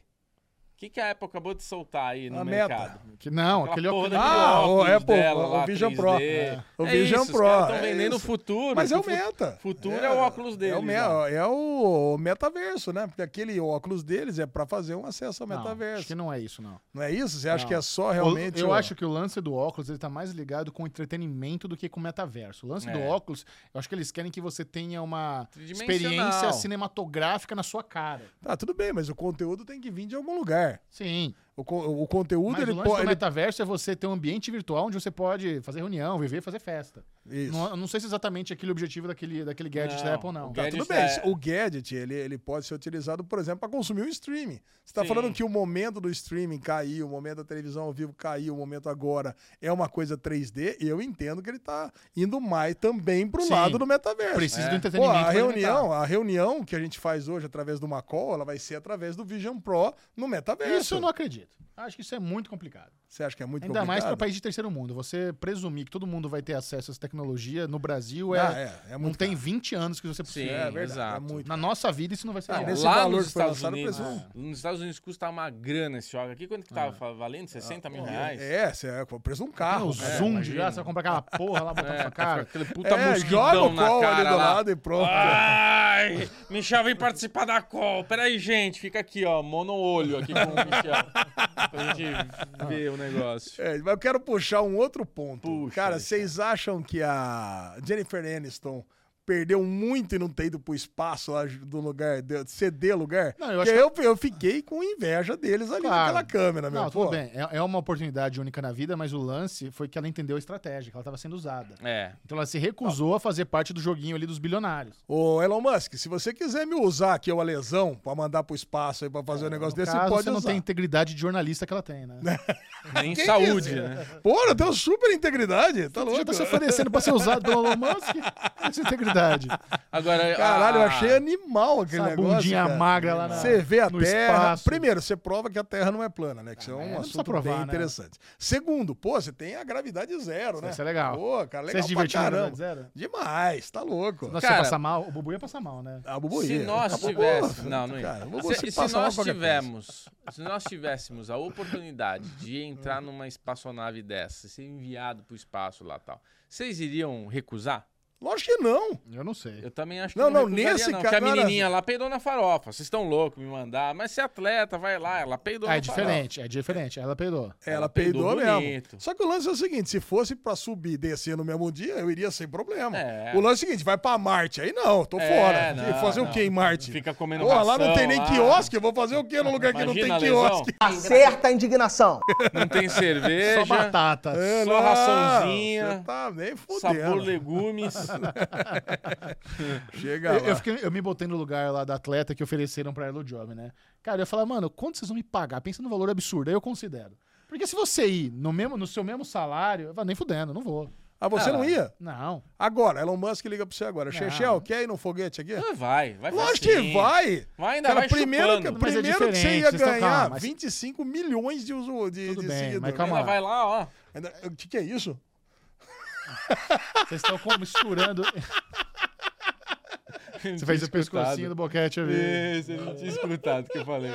que, que a Apple acabou de soltar aí no A meta. mercado? Que não, aquele porra óculos. daquele Ah, o óculos Apple, dela o lá, Vision 3D. Pro. É. O É Vision isso, Pro, Os caras estão é vendendo o isso. futuro. Mas é o Fu- meta. Futuro é, o óculos deles. É o, me- mano. é o metaverso, né? Porque aquele óculos deles é pra fazer um acesso ao Não, acho metaverso. que Não, não é isso, não. é isso? Você acha Não. que é só realmente. Eu o- acho que o lance do óculos ele tá mais ligado com entretenimento do que com metaverso. O lance do É. óculos, eu acho que eles querem que você tenha uma Tridimensional. experiência cinematográfica na sua cara. Tá, tudo bem, mas o conteúdo tem que vir de algum lugar. Sim. O, co- o conteúdo Mas ele o lance pode. do metaverso é você ter um ambiente virtual onde você pode fazer reunião, viver, fazer festa. Isso. Não, eu não sei se é exatamente aquele objetivo daquele, daquele gadget Não, da Apple, não. o Tá, gadget tudo bem. é- O gadget, ele, ele pode ser utilizado, por exemplo, para consumir o streaming. Você está Sim. falando que o momento do streaming caiu, o momento da televisão ao vivo caiu, o momento agora é uma coisa 3D, eu entendo que ele está indo mais também para o Sim. lado do metaverso. Precisa do É. Pô, entretenimento. a pra reunião, alimentar. a reunião que a gente faz hoje através do Macol, ela vai ser através do Vision Pro no metaverso. Isso eu não acredito. Acho que isso é muito complicado. Você acha que é muito Ainda mais para complicado? país de terceiro mundo. Você presumir que todo mundo vai ter acesso a essa tecnologia no Brasil é, Ah, é, é não muito tem caro. 20 anos que isso é Sim, possível. É verdade, exato. é muito. Na nossa vida isso não vai ser Ah, real. nesse lá valor nos que foi Estados lançado, Unidos, um, presumo. nos Estados Unidos custa uma grana esse óleo aqui. Quanto que tava valendo? 60 mil reais? Ah. É, você é o preço de o um carro. É, cara. zoom de imagina. graça, vai comprar aquela porra lá, botar na sua Cara, cara. aquele puta É, mosquitão joga o na call cara ali do lá. lado e pronto. Ah. Ai, Michel vem participar da call. Peraí, gente, fica aqui, ó, mono-olho aqui com o Michel. Pra gente ver o negócio. É, mas eu quero puxar um outro ponto. Puxa, Cara, Alexandre. vocês acham que a Jennifer Aniston perdeu muito e não ter ido pro espaço lá do lugar, de ceder lugar? Não, eu Porque acho eu, eu fiquei com inveja deles ali Claro. naquela câmera, meu. Não, Tá pô. tudo bem. É, é uma oportunidade única na vida, mas o lance foi que ela entendeu a estratégia, que ela estava sendo usada. É. Então ela se recusou a fazer parte do joguinho ali dos bilionários. Ô, Elon Musk, se você quiser me usar aqui, eu, a lesão, pra mandar pro espaço aí pra fazer um negócio É, No desse, caso, você pode você não usar. tem integridade de jornalista que ela tem, né? É, Nem saúde, disse? né? Pô, eu tenho super integridade, tá Você já louco? tá se oferecendo pra ser usado pelo Elon Musk? Essa é integridade. Agora, Caralho, eu a- achei animal aquele Ah, Essa negócio, bundinha cara. magra lá na, Você vê a no Terra. espaço. Primeiro, você prova que a Terra não é plana, né? Que isso é mas um não precisa assunto provar, bem né? interessante. Segundo, pô, você tem a gravidade zero, né? Isso é legal. Pô, cara, Você legal se pra divertiu na caramba. gravidade né, zero? Demais, tá louco. Nossa, Cara- se passar mal, o Bubu ia passar mal, né? Ah, Bubu se ia. Ah, nós Bubu, tivéssemos. cara, Não, não cara, ia. Bubu, Se, você e se passa mal nós qualquer coisa. tivermos. Se nós tivéssemos a oportunidade de entrar numa espaçonave dessa, ser enviado pro espaço lá tal, vocês iriam recusar? Lógico que não. Eu não sei. Eu também acho que Não, não, não, recusaria, nesse não, ca- que a não, não. menininha lá peidou na farofa. Vocês estão loucos me mandar, mas se é atleta, vai lá, ela peidou Ah, na é diferente, é diferente. Ela peidou. Ela, Ela peidou, peidou mesmo. bonito. Só que o lance é o seguinte: se fosse pra subir e descer no mesmo dia, eu iria sem problema. É. O lance é o seguinte: vai pra Marte. Aí não, eu tô É, fora. não, Fazer o não. quê em Marte? Fica comendo Porra, lá não ração, tem nem lá. quiosque. Eu vou fazer o quê no lugar que Imagina não a tem lesão. quiosque? Acerta a indignação. farofa. Não tem Só cerveja, batata. É, Só não, raçãozinha, você Tá nem sabor fudendo. legumes. Chega Eu, lá. eu fiquei- eu me botei no lugar lá da atleta que ofereceram pra ela o job, né? Cara, eu ia falar, mano, quanto vocês vão me pagar? Pensa no valor absurdo, aí eu considero. Porque se você ir no, mesmo, no seu mesmo salário, eu falo, nem fudendo, não vou. Ah, você não ia? Não. Agora, Elon Musk liga pra você agora. Chechel, quer ir no foguete aqui? Ah, vai, vai Lógico facinho. que vai! Vai, ainda vai primeiro, que, chupando. Mas é primeiro que você diferente, ia vocês estão- ganhar calma, mas- 25 milhões de, usu, de, Tudo bem, de mas seguidores. calma Ela vai lá, ó. Ainda- O que, que é isso? Vocês estão como misturando. Você fez o pescocinho do boquete ali. Isso, eu não tinha escutado o que eu falei.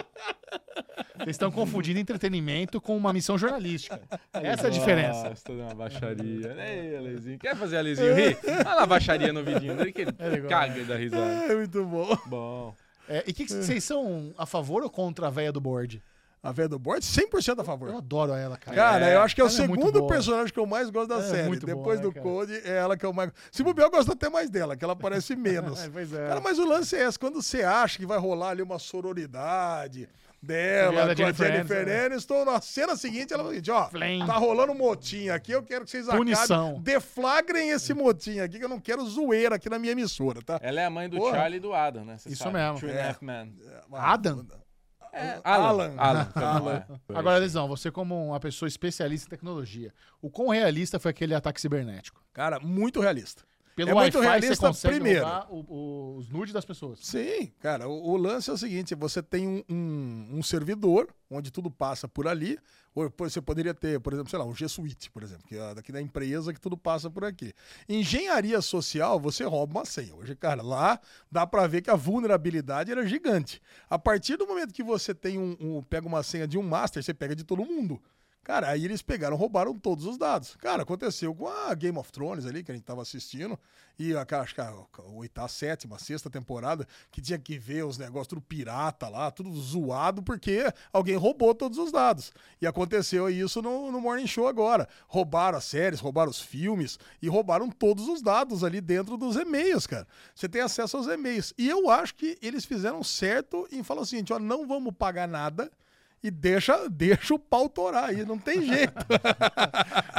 Vocês estão confundindo entretenimento com uma missão jornalística. Essa é a diferença. Nossa, deu uma baixaria. Olha aí, Alezinho. Quer fazer Alezinho rir? Olha lá a baixaria no vidinho dele que ele caga da risada. É muito bom. Bom. É, e que que vocês são a favor ou contra a véia do board? A velha do board, 100% a Eu favor. adoro ela, cara. Cara, eu acho que é o ela é muito segundo boa. personagem que eu mais gosto da Ela é série. muito boa, Depois né, do cara? Code, é ela que eu mais. Se bobear, eu gosto até mais dela, que ela aparece menos. É, pois é. Cara, mas o lance é esse, quando você acha que vai rolar ali uma sororidade Obrigado, dela com a Jennifer Jennifer Aniston, né? Aniston, na cena seguinte ela fala o seguinte, ó, Flame. tá rolando um motim aqui, eu quero que vocês Punição. acabem, deflagrem esse motim aqui, que eu não quero zoeira aqui na minha emissora, tá? Ela é a mãe do Porra. Charlie e do Adam, né? Cê Isso sabe. mesmo. É. Two and a half men. Adam? É, É, Alan. Alan. Alan. tá Alan. Agora, Lesão, você como uma pessoa especialista em tecnologia, o quão realista foi aquele ataque cibernético? Cara, muito realista. Pelo É Wi-Fi muito você realista, consegue primeiro. roubar o- o- os nudes das pessoas. Sim, cara, o, o lance é o seguinte: você tem um, um- um servidor onde tudo passa por ali, ou pô, você poderia ter, por exemplo, sei lá, um G Suite, por exemplo, que é daqui da empresa que tudo passa por aqui. Engenharia social, você rouba uma senha. Hoje, cara, lá dá pra ver que a vulnerabilidade era gigante. A partir do momento que você tem um, um- pega uma senha de um master, você pega de todo mundo. Cara, aí eles pegaram, roubaram todos os dados. Cara, aconteceu com a Game of Thrones ali, que a gente tava assistindo, e a, acho que a, a oitava, sétima, sexta temporada, que tinha que ver os negócios tudo pirata lá, tudo zoado, porque alguém roubou todos os dados. E aconteceu isso no, no Morning Show agora. Roubaram as séries, roubaram os filmes, e roubaram todos os dados ali dentro dos e-mails, cara. Você tem acesso aos e-mails. E eu acho que eles fizeram certo em falar o seguinte, ó, não vamos pagar nada, e deixa, deixa o pau torar aí, não tem jeito.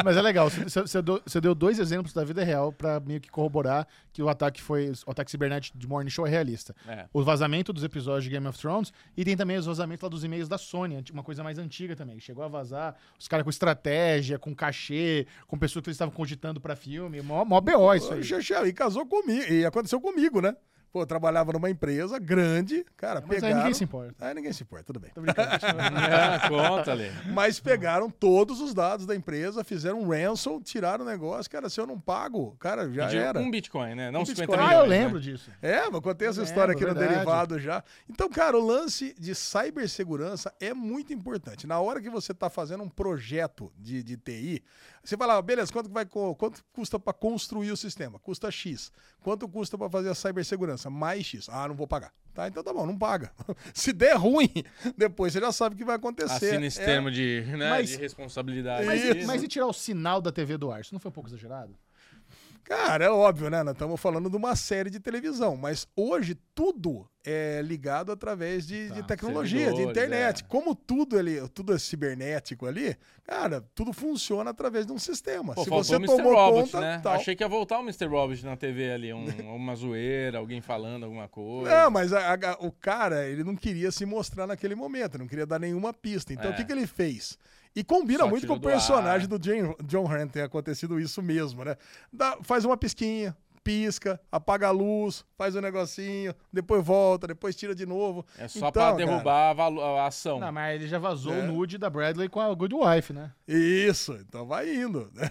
Mas é legal, você- você você deu- você deu dois exemplos da vida real pra meio que corroborar que o ataque foi. O ataque cibernético de Morning Show é realista. É. O vazamento dos episódios de Game of Thrones e tem também os vazamentos lá dos e-mails da Sony, anti- uma coisa mais antiga também. que Chegou a vazar os caras com estratégia, com cachê, com pessoas que eles estavam cogitando pra filme. Mó, mó BO isso aí. Xexel, e casou comigo, e aconteceu comigo, né? Pô, eu trabalhava numa empresa grande, cara, Mas aí pegaram... ninguém se importa. Aí ninguém se importa, tudo bem. Tô brincando. Ah, conta, Lê. Mas pegaram todos os dados da empresa, fizeram um ransom, tiraram o negócio, cara, se eu não pago, cara, já Pediu era. Um Bitcoin, né? Não Um 50 Bitcoin. ah, milhões. eu lembro disso. É, mas contei essa Eu história aqui lembro, no verdade. derivado já. Então, cara, o lance de cibersegurança é muito importante. Na hora que você está fazendo um projeto de, de TI, você fala, ah, beleza, quanto, que vai, co- quanto custa para construir o sistema? Custa X. Quanto custa para fazer a cibersegurança? Mais X. Ah, não vou pagar. Tá, então tá bom, não paga. Se der ruim, depois você já sabe o que vai acontecer. Assina esse É, termo de, né, Mas- de responsabilidade. Mas, aqui, e- mas e tirar o sinal da TV do ar? Isso não foi um pouco exagerado? Cara, é óbvio, né? Nós estamos falando de uma série de televisão, mas hoje tudo é ligado através de, de tecnologia, de Tá, servidores, internet. é. Como tudo ali, tudo é cibernético ali, cara, tudo funciona através de um sistema. Pô, Se faltou você o Mr. tomou Robot, conta, né? tal. Achei que ia voltar o Mr. Robot na TV ali, um, uma zoeira, alguém falando alguma coisa. Não, mas a- a- o cara, ele não queria se mostrar naquele momento, não queria dar nenhuma pista. Então, É. o que, que ele fez? E combina Só muito com tiro o do ar. personagem do Jane- John Hunt, tem acontecido isso mesmo, né? Dá- faz uma pisquinha, pisca, apaga a luz, faz um negocinho, depois volta, depois tira de novo. É só Então, pra cara, derrubar a, valo- a ação. Não, mas ele já vazou É. o nude da Bradley com a Good Wife, né? Isso, então vai indo. né?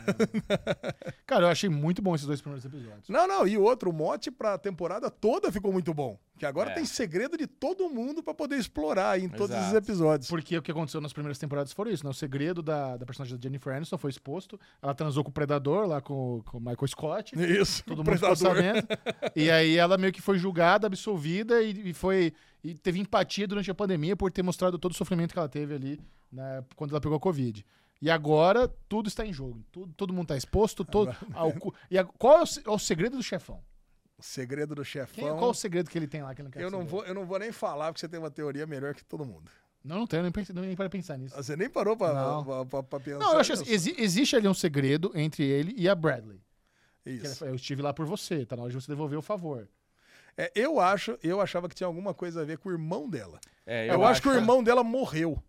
Cara, eu achei muito bom esses dois primeiros episódios. Não, não, e outro, o mote pra temporada toda ficou muito bom. Que agora É. tem segredo de todo mundo pra poder explorar aí em todos os Exato. episódios. Porque o que aconteceu nas primeiras temporadas foi isso, né? O segredo da, da personagem da Jennifer Aniston foi exposto. Ela transou com o Predador, lá com, com o Michael Scott. Isso, Todo o mundo ficou Predador. sabendo. E aí ela meio que foi julgada, absolvida e, e foi... E teve empatia durante a pandemia por ter mostrado todo o sofrimento que ela teve ali né, quando ela pegou a Covid. E agora tudo está em jogo. Tudo, todo mundo está exposto. Todo, ao cu- e a- qual é o, se- é o segredo do chefão? O segredo do chefão. Quem- qual é o segredo que ele tem lá que ele não quer é Eu não, saber? vou, eu não vou nem falar, porque você tem uma teoria melhor que todo mundo. Ah, Não, não tenho nem, pensei- nem para pensar nisso. Você nem parou pra, Não. pra- pra- pra pensar. Não, eu acho assim, nisso? exi- existe ali um segredo entre ele e a Bradley. Que ela Isso. fala, eu estive lá por você, tá na hora de você devolver o favor. É, eu acho, eu achava que tinha alguma coisa a ver com o irmão dela. É, Eu, acho que o irmão dela morreu.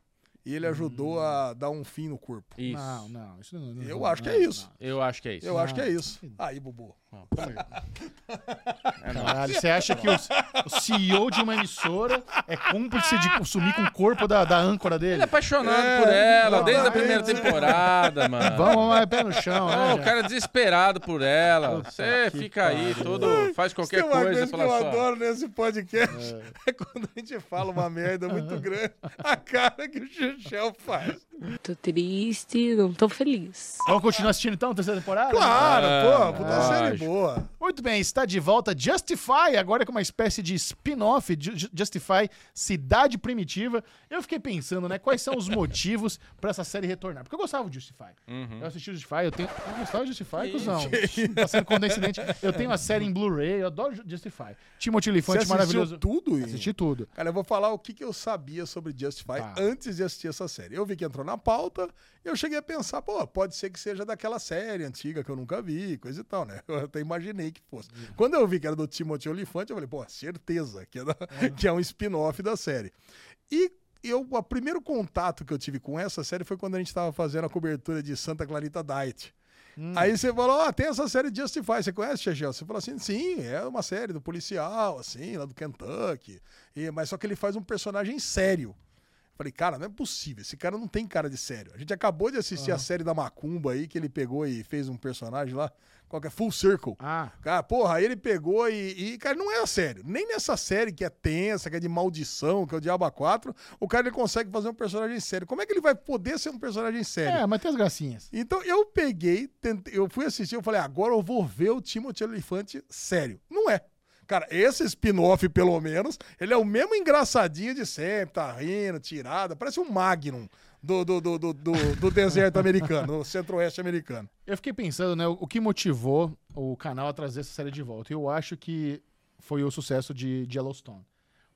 E ele ajudou Hum. a dar um fim no corpo. é Isso. Não, não, isso não. não- Eu não, acho que não, é isso. não. Eu acho que é isso. Eu Ah, acho que é isso. Aí, Bubu. É, Caralho, você acha que o, o CEO de uma emissora é cúmplice de sumir com o corpo da, da âncora Ele é dele? apaixonado É, por ela, não, desde não, a primeira não. temporada, mano. Vamos, vamos, é pé no chão, Não, o né? cara é desesperado por ela. Puta Você que fica aí, todo. Faz qualquer Tem uma coisa coisa que pela eu sua. adoro nesse podcast é. quando a gente fala uma merda muito grande, a cara que o Xuxel faz. Ah, Tô triste, não tô feliz. Vamos continuar assistindo então, a terceira temporada? Claro, pô, puta ah, lógico. série boa. Muito bem, está de volta Justify, agora com uma espécie de spin-off, Ju- Ju- Justify Cidade Primitiva. Eu fiquei pensando, né, quais são os motivos pra essa série retornar? Porque eu gostava de Justify. Uhum. Eu assisti o Justify, eu tenho. Eu gostava de Justify, cuzão. Tá sendo condescendente. Eu tenho a série em Blu-ray, eu adoro Ju- Justify. Timothy Olyphant Você maravilhoso. assistiu tudo? Ian? Assisti tudo. Cara, eu vou falar o que, que eu sabia sobre Justify Tá. antes de assistir essa série. Eu vi que entrou na pauta, eu cheguei a pensar, pô, pode ser que seja daquela série antiga que eu nunca vi, coisa e tal, né? Eu até imaginei que fosse. Quando eu vi que era do Timothy Olyphant, eu falei, pô, certeza que é, da- que é um spin-off da série. E eu, o primeiro contato que eu tive com essa série foi quando a gente estava fazendo a cobertura de Santa Clarita Diet. Aí você falou, ó, tem essa série Justify, você conhece, Chechel? Você falou assim, sim, é uma série do policial, assim, lá do Kentucky. E- mas só que ele faz um personagem sério. Eu Falei, cara, não é possível, esse cara não tem cara de sério. A gente acabou de assistir a série da Macumba aí, que ele pegou e fez um personagem lá, qual que é? Full Circle. Ah. Cara, porra, aí ele pegou e, e, cara, não é sério. Nem nessa série que é tensa, que é de maldição, que é o Diabo 4, o cara ele consegue fazer um personagem sério. Como é que ele vai poder ser um personagem sério? É, mas tem as gracinhas. Então eu peguei, tentei- eu fui assistir, eu falei, "Ah, agora eu vou ver o Timothy Elefante sério. Não é. Cara, esse spin-off, pelo menos, ele é o mesmo engraçadinho de sempre, tá rindo, tirada, parece um Magnum do, do, do, do, do- do deserto americano, do centro-oeste americano. Eu fiquei pensando, né, o que motivou o canal a trazer essa série de volta. Eu acho que foi o sucesso de, de Yellowstone.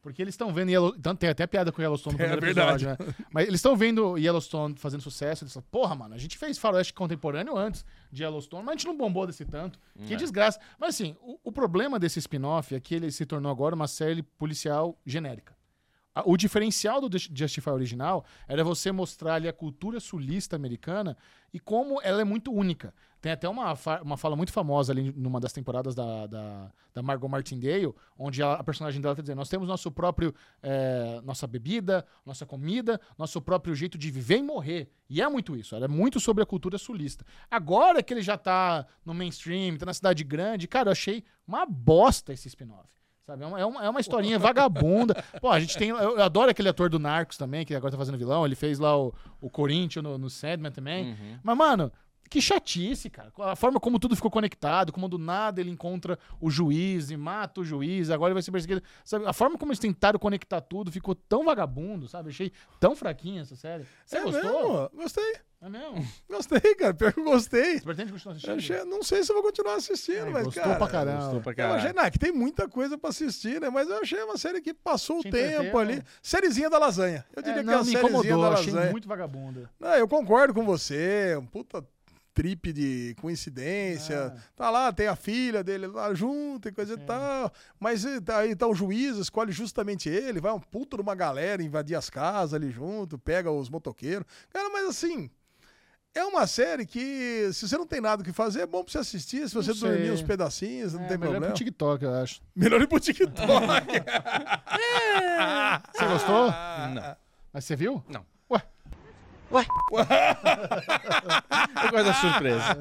Porque eles estão vendo Yellow... então, Tem até piada com Yellowstone no É primeiro verdade. episódio, né? Mas eles estão vendo Yellowstone fazendo sucesso. Eles falam, porra, mano, a gente fez faroeste contemporâneo antes de Yellowstone, mas a gente não bombou desse tanto. É. Que desgraça. Mas assim, o, o problema desse spin-off é que ele se tornou agora uma série policial genérica. A- O diferencial do Just- Justify original era você mostrar ali a cultura sulista americana e como ela é muito única. Tem até uma, fa- uma fala muito famosa ali numa das temporadas da, da, da Margot Martindale, onde a, a personagem dela está dizendo: Nós temos nosso próprio, eh, nossa bebida, nossa comida, nosso próprio jeito de viver e morrer. E é muito isso, era muito sobre a cultura sulista. Agora que ele já tá no mainstream, tá na cidade grande, cara, eu achei uma bosta esse spin-off. Sabe? É uma, é uma- é uma historinha vagabunda. Pô, a gente tem. Eu, eu adoro aquele ator do Narcos também, que agora tá fazendo vilão. Ele fez lá o, o Corinthians no, no Sandman também. Uhum. Mas, mano, que chatice, cara. A forma como tudo ficou conectado, como do nada ele encontra o juiz e mata o juiz, agora ele vai ser perseguido. Sabe? A forma como eles tentaram conectar tudo ficou tão vagabundo, sabe? Achei tão fraquinha essa série. Você É gostou? mesmo? Gostei, É mesmo? gostei, cara, pior que eu gostei. Você pretende continuar assistindo? Eu achei- não sei se eu vou continuar assistindo, Ai, mas, É, gostou cara... pra caramba. Gostou pra Eu achei, caralho. não, que tem muita coisa pra assistir, né? Mas eu achei uma série que passou Te o tempo entreteu, ali. né? Sériezinha da lasanha. Eu diria É, que é a não, me sériezinha incomodou, da achei lasanha. muito vagabunda. Não, eu concordo com você. Um puta trip de Ah. coincidência. Tá lá, tem a filha dele lá junto e coisa É. e tal. Mas e, tá, aí tá o juiz, escolhe justamente ele. Vai um puta de uma galera invadir as casas ali junto, pega os motoqueiros. Cara, mas assim. É uma série que, se você não tem nada o que fazer, é bom pra você assistir. Se você sei. dormir uns pedacinhos, não É, tem melhor problema. pro TikTok, eu acho. Melhor ir pro TikTok. Você gostou? Não. Ah, Mas você viu? Não. Ué, Eu gosto da é surpresa.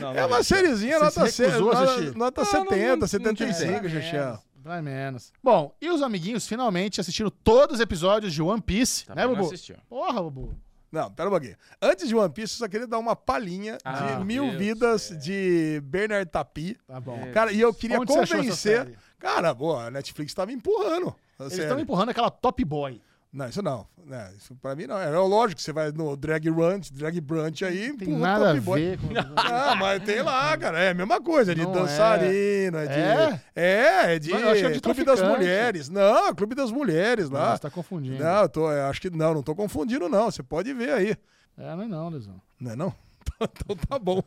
Não, É não uma vi. sériezinha, Você nota, se recusou a assistir? nota, nota Não, não- 70, não- não 75, tive. Xexé. mais menos. Bom, e os amiguinhos finalmente assistiram todos os episódios de One Piece, Também né, não Bubu? assistiu. Porra, Bubu. Não, pera um pouquinho. Antes de One Piece, eu só queria dar uma palhinha Ah, meu de Mil Deus, Vidas de Bernard Tapie. Tá É. bom. Cara, e eu queria Onde você achou essa série? convencer. Cara, boa, a Netflix tá me empurrando. a Eles série. estão empurrando aquela Top Boy. Não, isso não. É, isso pra mim não. É lógico que você vai no Drag Run, Drag Brunch aí, Tem nada a ver com... Ah, mas tem lá, cara. É a mesma coisa. É de Não dançarino, é, de. É, é de. Mano, eu achava de Clube das traficante. Mulheres. Não, Clube das Mulheres lá. Não, você tá confundindo. Não, eu tô, eu acho que não, não tô confundindo, não. Você pode ver aí. É, não é não, Lesão. Não é não? Então tá bom.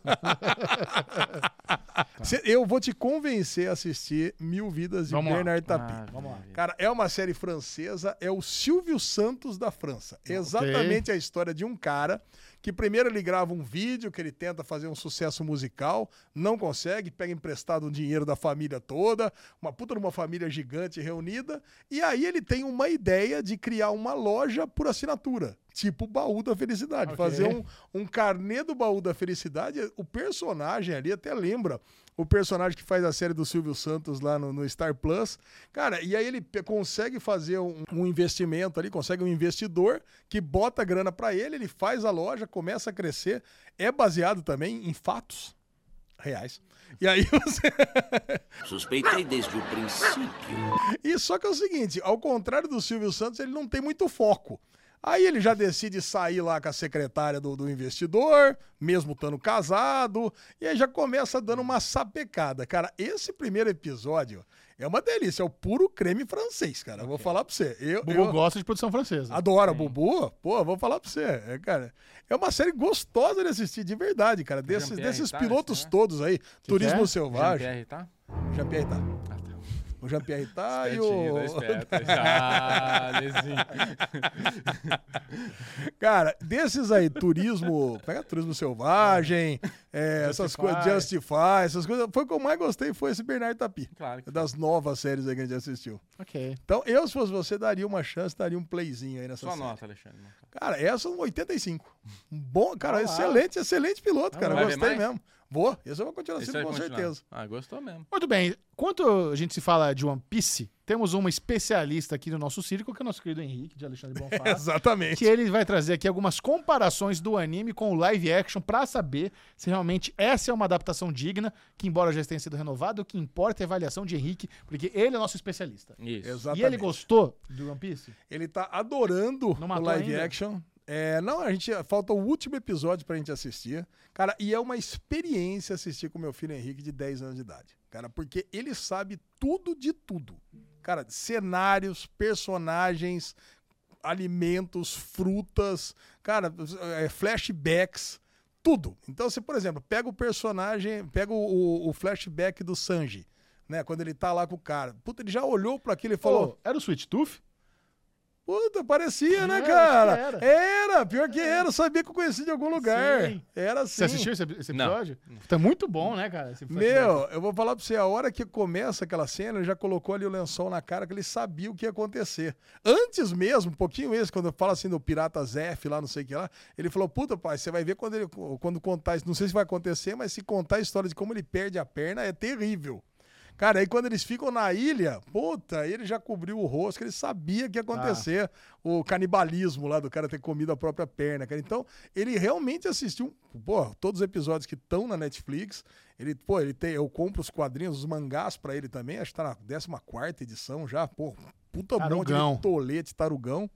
Cê- Eu vou te convencer a assistir Mil Vidas de Vamos lá. Bernard Tapie. Ah, Vamos lá. Cara, é uma série francesa, é o Silvio Santos da França. Exatamente a história de um cara que primeiro ele grava um vídeo que ele tenta fazer um sucesso musical, não consegue, pega emprestado um dinheiro da família toda, uma puta numa família gigante reunida, e aí ele tem uma ideia de criar uma loja por assinatura, tipo o baú da felicidade, Ok. fazer um um carnê do baú da felicidade. O personagem ali até lembra o personagem que faz a série do Silvio Santos lá no, no Star Plus. Cara, e aí ele pe- consegue fazer um, um investimento ali, consegue um investidor que bota a grana pra ele, ele faz a loja, começa a crescer. É baseado também em fatos reais. E aí você. Suspeitei desde o princípio. E só que é o seguinte, ao contrário do Silvio Santos, ele não tem muito foco. Aí ele já decide sair lá com a secretária do, do investidor, mesmo estando casado, e aí já começa dando uma sapecada. Cara, esse primeiro episódio é uma delícia, é o puro creme francês, cara. Eu Vou falar pra você. Eu, Bubu eu- gosta de produção francesa. Adora, Bubu. Pô, vou falar pra você. É, cara, é uma série gostosa de assistir, de verdade, cara. Desses, Jean-Pierre desses Itard, pilotos né? todos aí. Turismo quer? Selvagem. Jean-Pierre, tá? Jean-Pierre tá. Ah, tá. O Jean-Pierre tá e Espertinho, o... tá esperto, tá esperto. Cara, desses aí, turismo... Pega turismo selvagem, é, essas Justify. coisas, Justify, essas coisas... Foi o que eu mais gostei, foi esse Bernardo Tapi. Claro que Das novas séries aí que a gente assistiu. Ok. Então, eu, se fosse você, daria uma chance, daria um playzinho aí nessa Sua série. nota, Alexandre. Cara, essa é um 85. Um bom, cara, Ah lá. excelente, excelente piloto, cara. vai ver Gostei mais? mesmo. Vou, esse eu vou continuar Esse vai assistindo com continuar. certeza. Ah, gostou mesmo. Muito bem. Enquanto a gente se fala de One Piece, temos uma especialista aqui no nosso circo, que é o nosso querido Henrique, de Alexandre Bonfá. Tá. Exatamente. Que ele vai trazer aqui algumas comparações do anime com o live action pra saber se realmente essa é uma adaptação digna, que embora já tenha sido renovado, o que importa é a avaliação de Henrique, porque ele é o nosso especialista. Isso. E ele Exatamente. gostou do One Piece? Ele tá adorando o matou live ainda? action. É, não, a gente falta o último episódio pra gente assistir. Cara, e é uma experiência assistir com meu filho Henrique de 10 anos de idade. Cara, porque ele sabe tudo de tudo. Cara, cenários, personagens, alimentos, frutas, cara, é, flashbacks, tudo. Então, se, por exemplo, pega o personagem, pega o, o- o flashback do Sanji, né? Quando ele tá lá com o cara. Puta, ele já olhou pra aquilo e falou. Pô, era o Sweet Tooth? Puta, parecia, né, Era, cara? É, acho que Era. pior que era, eu sabia que eu conheci de algum lugar. Sim. Era assim. Você assistiu esse, esse Não. episódio? Tá muito bom, né, cara? esse Meu, eu vou falar pra você, a hora que começa aquela cena, ele já colocou ali o lençol na cara que ele sabia o que ia acontecer. Antes mesmo, um pouquinho esse, quando eu falo assim do Pirata Zef lá, não sei o que lá, ele falou, puta, pai, você vai ver quando ele quando contar isso, não sei se vai acontecer, mas se contar a história de como ele perde a perna, é terrível. Cara, aí quando eles ficam na ilha, puta, aí ele já cobriu o rosto, que ele sabia que ia acontecer o canibalismo lá do cara ter comido a própria perna, cara. Então, ele realmente assistiu, pô, todos os episódios que estão na Netflix. Ele, pô, ele tem, eu compro os quadrinhos, os mangás pra ele também, acho que tá na 14 edição já, pô, puta monte Tarugão. de tolete, tarugão.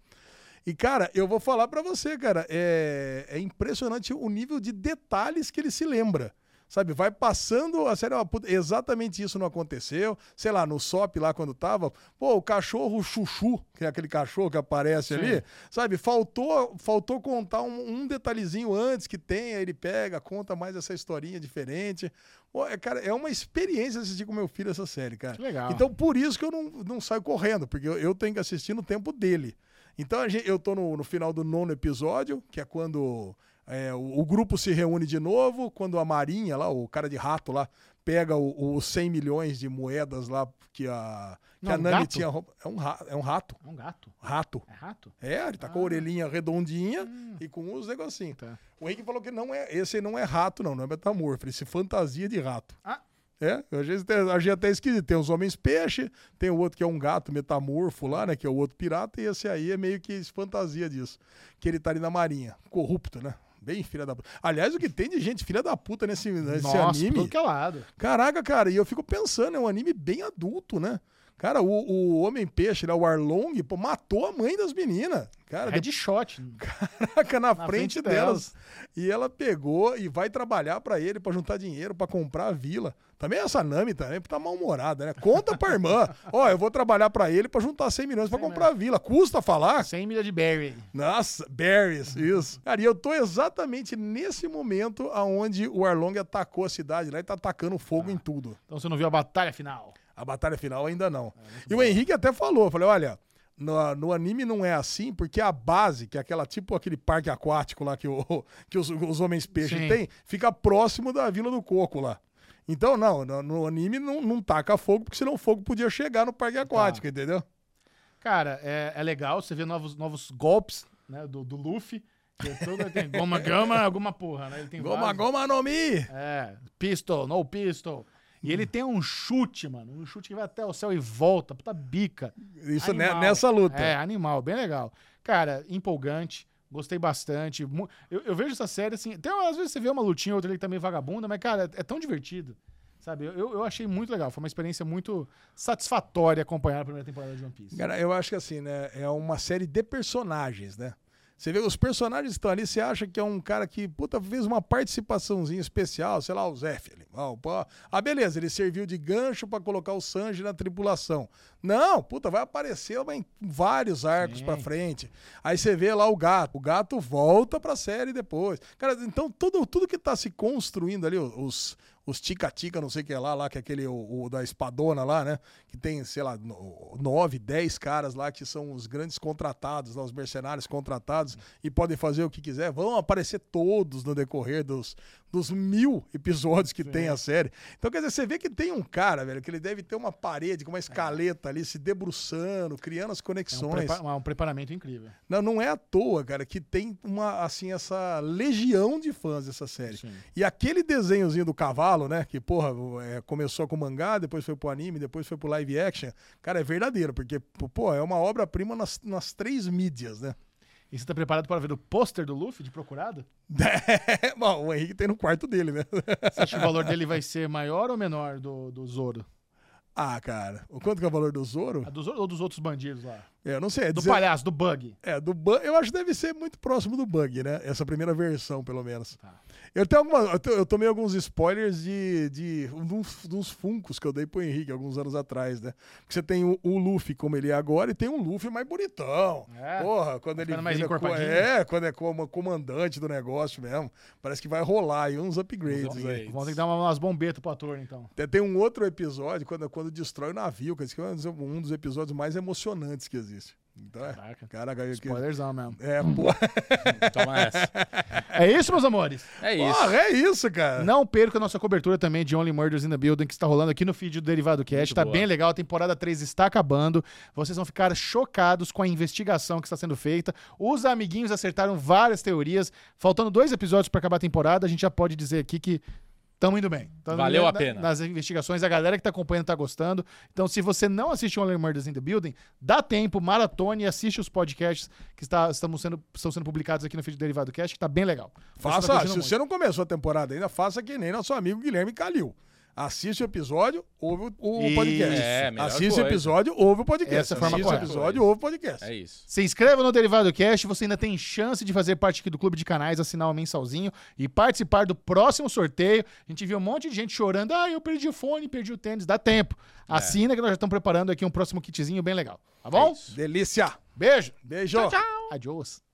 E, cara, eu vou falar pra você, cara, é, é impressionante o nível de detalhes que ele se lembra. Sabe, vai passando a série, ó, puta, exatamente isso não aconteceu. Sei lá, no SOP lá quando tava, pô, o cachorro chuchu, que é aquele cachorro que aparece ali, sabe, faltou faltou contar um, um detalhezinho antes que tem, aí ele pega, conta mais essa historinha diferente. Pô, é, cara, é uma experiência assistir com meu filho essa série, cara. Que legal. Então, por isso que eu não, não saio correndo, porque eu, eu tenho que assistir no tempo dele. Então, a gente- eu tô no, no final do nono episódio, que é quando é, o, o grupo se reúne de novo, quando a Marinha lá, o cara de rato lá, pega o- os 100 milhões de moedas lá que a, que Não, a um Nami gato? tinha roubado. É um, ra- é um rato. É um gato. Rato. É rato? É, ele tá com a orelhinha redondinha Hum. e com os negocinhos. Tá. O Henrique falou que não é, esse não é rato, não, não é metamorfo, esse fantasia de rato. Ah. É, eu achei, até- achei até esquisito. Tem os homens peixe, tem o outro que é um gato metamorfo lá, né? Que é o outro pirata, e esse aí é meio que esse fantasia disso. Que ele tá ali na marinha. Corrupto, né? Bem filha da puta. Aliás, o que tem de gente filha da puta nesse, nesse Nossa, anime. por que é lado? Caraca, cara, e eu fico pensando, é um anime bem adulto, né? Cara, o, o Homem-Peixe, né, o Arlong, pô, matou a mãe das meninas. Cara, É de shot. Caraca, na, frente frente, delas. E ela pegou e vai trabalhar pra ele, pra juntar dinheiro, pra comprar a vila. Também essa Nami também tá mal-humorada, né? Conta pra irmã. Ó, eu vou trabalhar pra ele pra juntar 100 milhões pra comprar a vila. Custa falar? 100 milha de Barry. Nossa, berries, isso. Cara, e eu tô exatamente nesse momento aonde o Arlong atacou a cidade lá e tá atacando fogo em tudo. Então você não viu a batalha final. A batalha final ainda não. É, e o Henrique até falou, falei, olha, no, no anime não é assim, porque a base, que é aquela tipo aquele parque aquático lá que, o, que os, os homens peixes Sim. têm, fica próximo da Vila do Coco lá. Então, não, no, no anime não, não taca fogo, porque senão o fogo podia chegar no Tá. parque aquático, entendeu? Cara, é, é legal, você vê novos, novos golpes né, do, do Luffy. Que é todo, tem goma, gama, alguma porra, né? Ele tem Goma, vários. goma no mi! É, pistol, no pistol. E ele tem um chute, mano. Um chute que vai até o céu e volta, puta bica. Isso ne- Animal. nessa luta. É, animal, bem legal. Cara, empolgante, gostei bastante. Mu- Eu, eu vejo essa série assim. Tem, às vezes você vê uma lutinha ou outra ali que tá meio vagabunda, mas, cara, é tão divertido. Sabe? Eu, eu achei muito legal. Foi uma experiência muito satisfatória acompanhar a primeira temporada de One Piece. Cara, eu acho que assim, né? É uma série de personagens, né? Você vê, os personagens que estão ali, você acha que é um cara que, puta, fez uma participaçãozinha especial, sei lá, o Zé ali. Ah, o pá. Ah, beleza, ele serviu de gancho pra colocar o Sanji na tripulação. Não, puta, vai aparecer mas em vários arcos pra frente. Aí você vê lá o gato. O gato volta pra série depois. Cara, então tudo, tudo que tá se construindo ali, os, os tica-tica, não sei o que lá, lá, que é aquele o, o da espadona lá, né? Que tem, sei lá, no- nove, dez caras lá que são os grandes contratados, lá, os mercenários contratados, e podem fazer o que quiser. Vão aparecer todos no decorrer dos, dos mil episódios que tem a série. Então, quer dizer, você vê que tem um cara, velho, que ele deve ter uma parede com uma escaleta ali, se debruçando, criando as Um, conexões. prepa- um preparamento incrível. Não, não é à toa, cara, que tem uma, assim, essa legião de fãs dessa série. E aquele desenhozinho do cavalo, né? Que, porra, é, começou com mangá, depois foi pro anime, depois foi pro live action. Cara, é verdadeiro, porque, pô, é uma obra-prima nas, nas três mídias, né? E você tá preparado para ver o pôster do Luffy de procurado? É, Bom, o Henrique tem no quarto dele, né? Você acha que o valor dele vai ser maior ou menor do, do Zoro? Ah, cara, o quanto que é o valor do Zoro? A do Zoro ou dos outros bandidos lá? É, Eu não sei. É Do dezen- palhaço, do Bug. É, do Bug, eu acho que deve ser muito próximo do Bug, né? Essa primeira versão, pelo menos. Tá. Eu, tenho alguma, eu, to- eu tomei alguns spoilers de, de, um- de uns, de uns funcos que eu dei pro Henrique alguns anos atrás, né? Porque você tem o, o Luffy como ele é agora e tem um Luffy mais bonitão. É. Porra, quando ele ficando mais vira co- encorpadinho. É, quando é como comandante do negócio mesmo. Parece que vai rolar aí uns upgrades, aí. Vão ter que dar uma- umas bombetas pro ator, então. Tem, tem um outro episódio quando, quando destrói o navio, que esse que é um dos- um dos episódios mais emocionantes que existe. Então, é, Caraca, eu- que- Spoilerzão mesmo. É, pô. Toma essa. É isso, meus amores? É isso. Porra, é isso, cara. Não perca a nossa cobertura também de Only Murders in the Building, que está rolando aqui no feed do Derivado Cast. Tá boa. bem legal, a temporada 3 está acabando. Vocês vão ficar chocados com a investigação que está sendo feita. Os amiguinhos acertaram várias teorias. Faltando dois episódios para acabar a temporada, a gente já pode dizer aqui que estamos indo bem. Tamo Valeu indo a na- pena. Nas investigações, a galera que está acompanhando está gostando. Então, se você não assiste Only Murders in the Building, dá tempo, maratone e assiste os podcasts que está, estamos sendo, estão sendo publicados aqui no feed do Derivado Cast, que está bem legal. Você Faça, tá ó, curtindo se muito. você não começou a temporada ainda, faça que nem nosso amigo Guilherme Calil. Assiste o episódio, ouve o, o Isso. podcast. É, melhor Assiste o coisa. episódio, ouve o podcast. Essa é a forma Assiste o correta. episódio, ouve o podcast. É isso. Se inscreva no Derivado Cast, você ainda tem chance de fazer parte aqui do Clube de Canais, assinar o mensalzinho e participar do próximo sorteio. A gente viu um monte de gente chorando. Ah, eu perdi o fone, perdi o tênis. Dá tempo. Assina que nós já estamos É preparando aqui um próximo kitzinho bem legal. Tá bom? Delícia. Beijo. Beijo. Tchau, tchau. Adiós.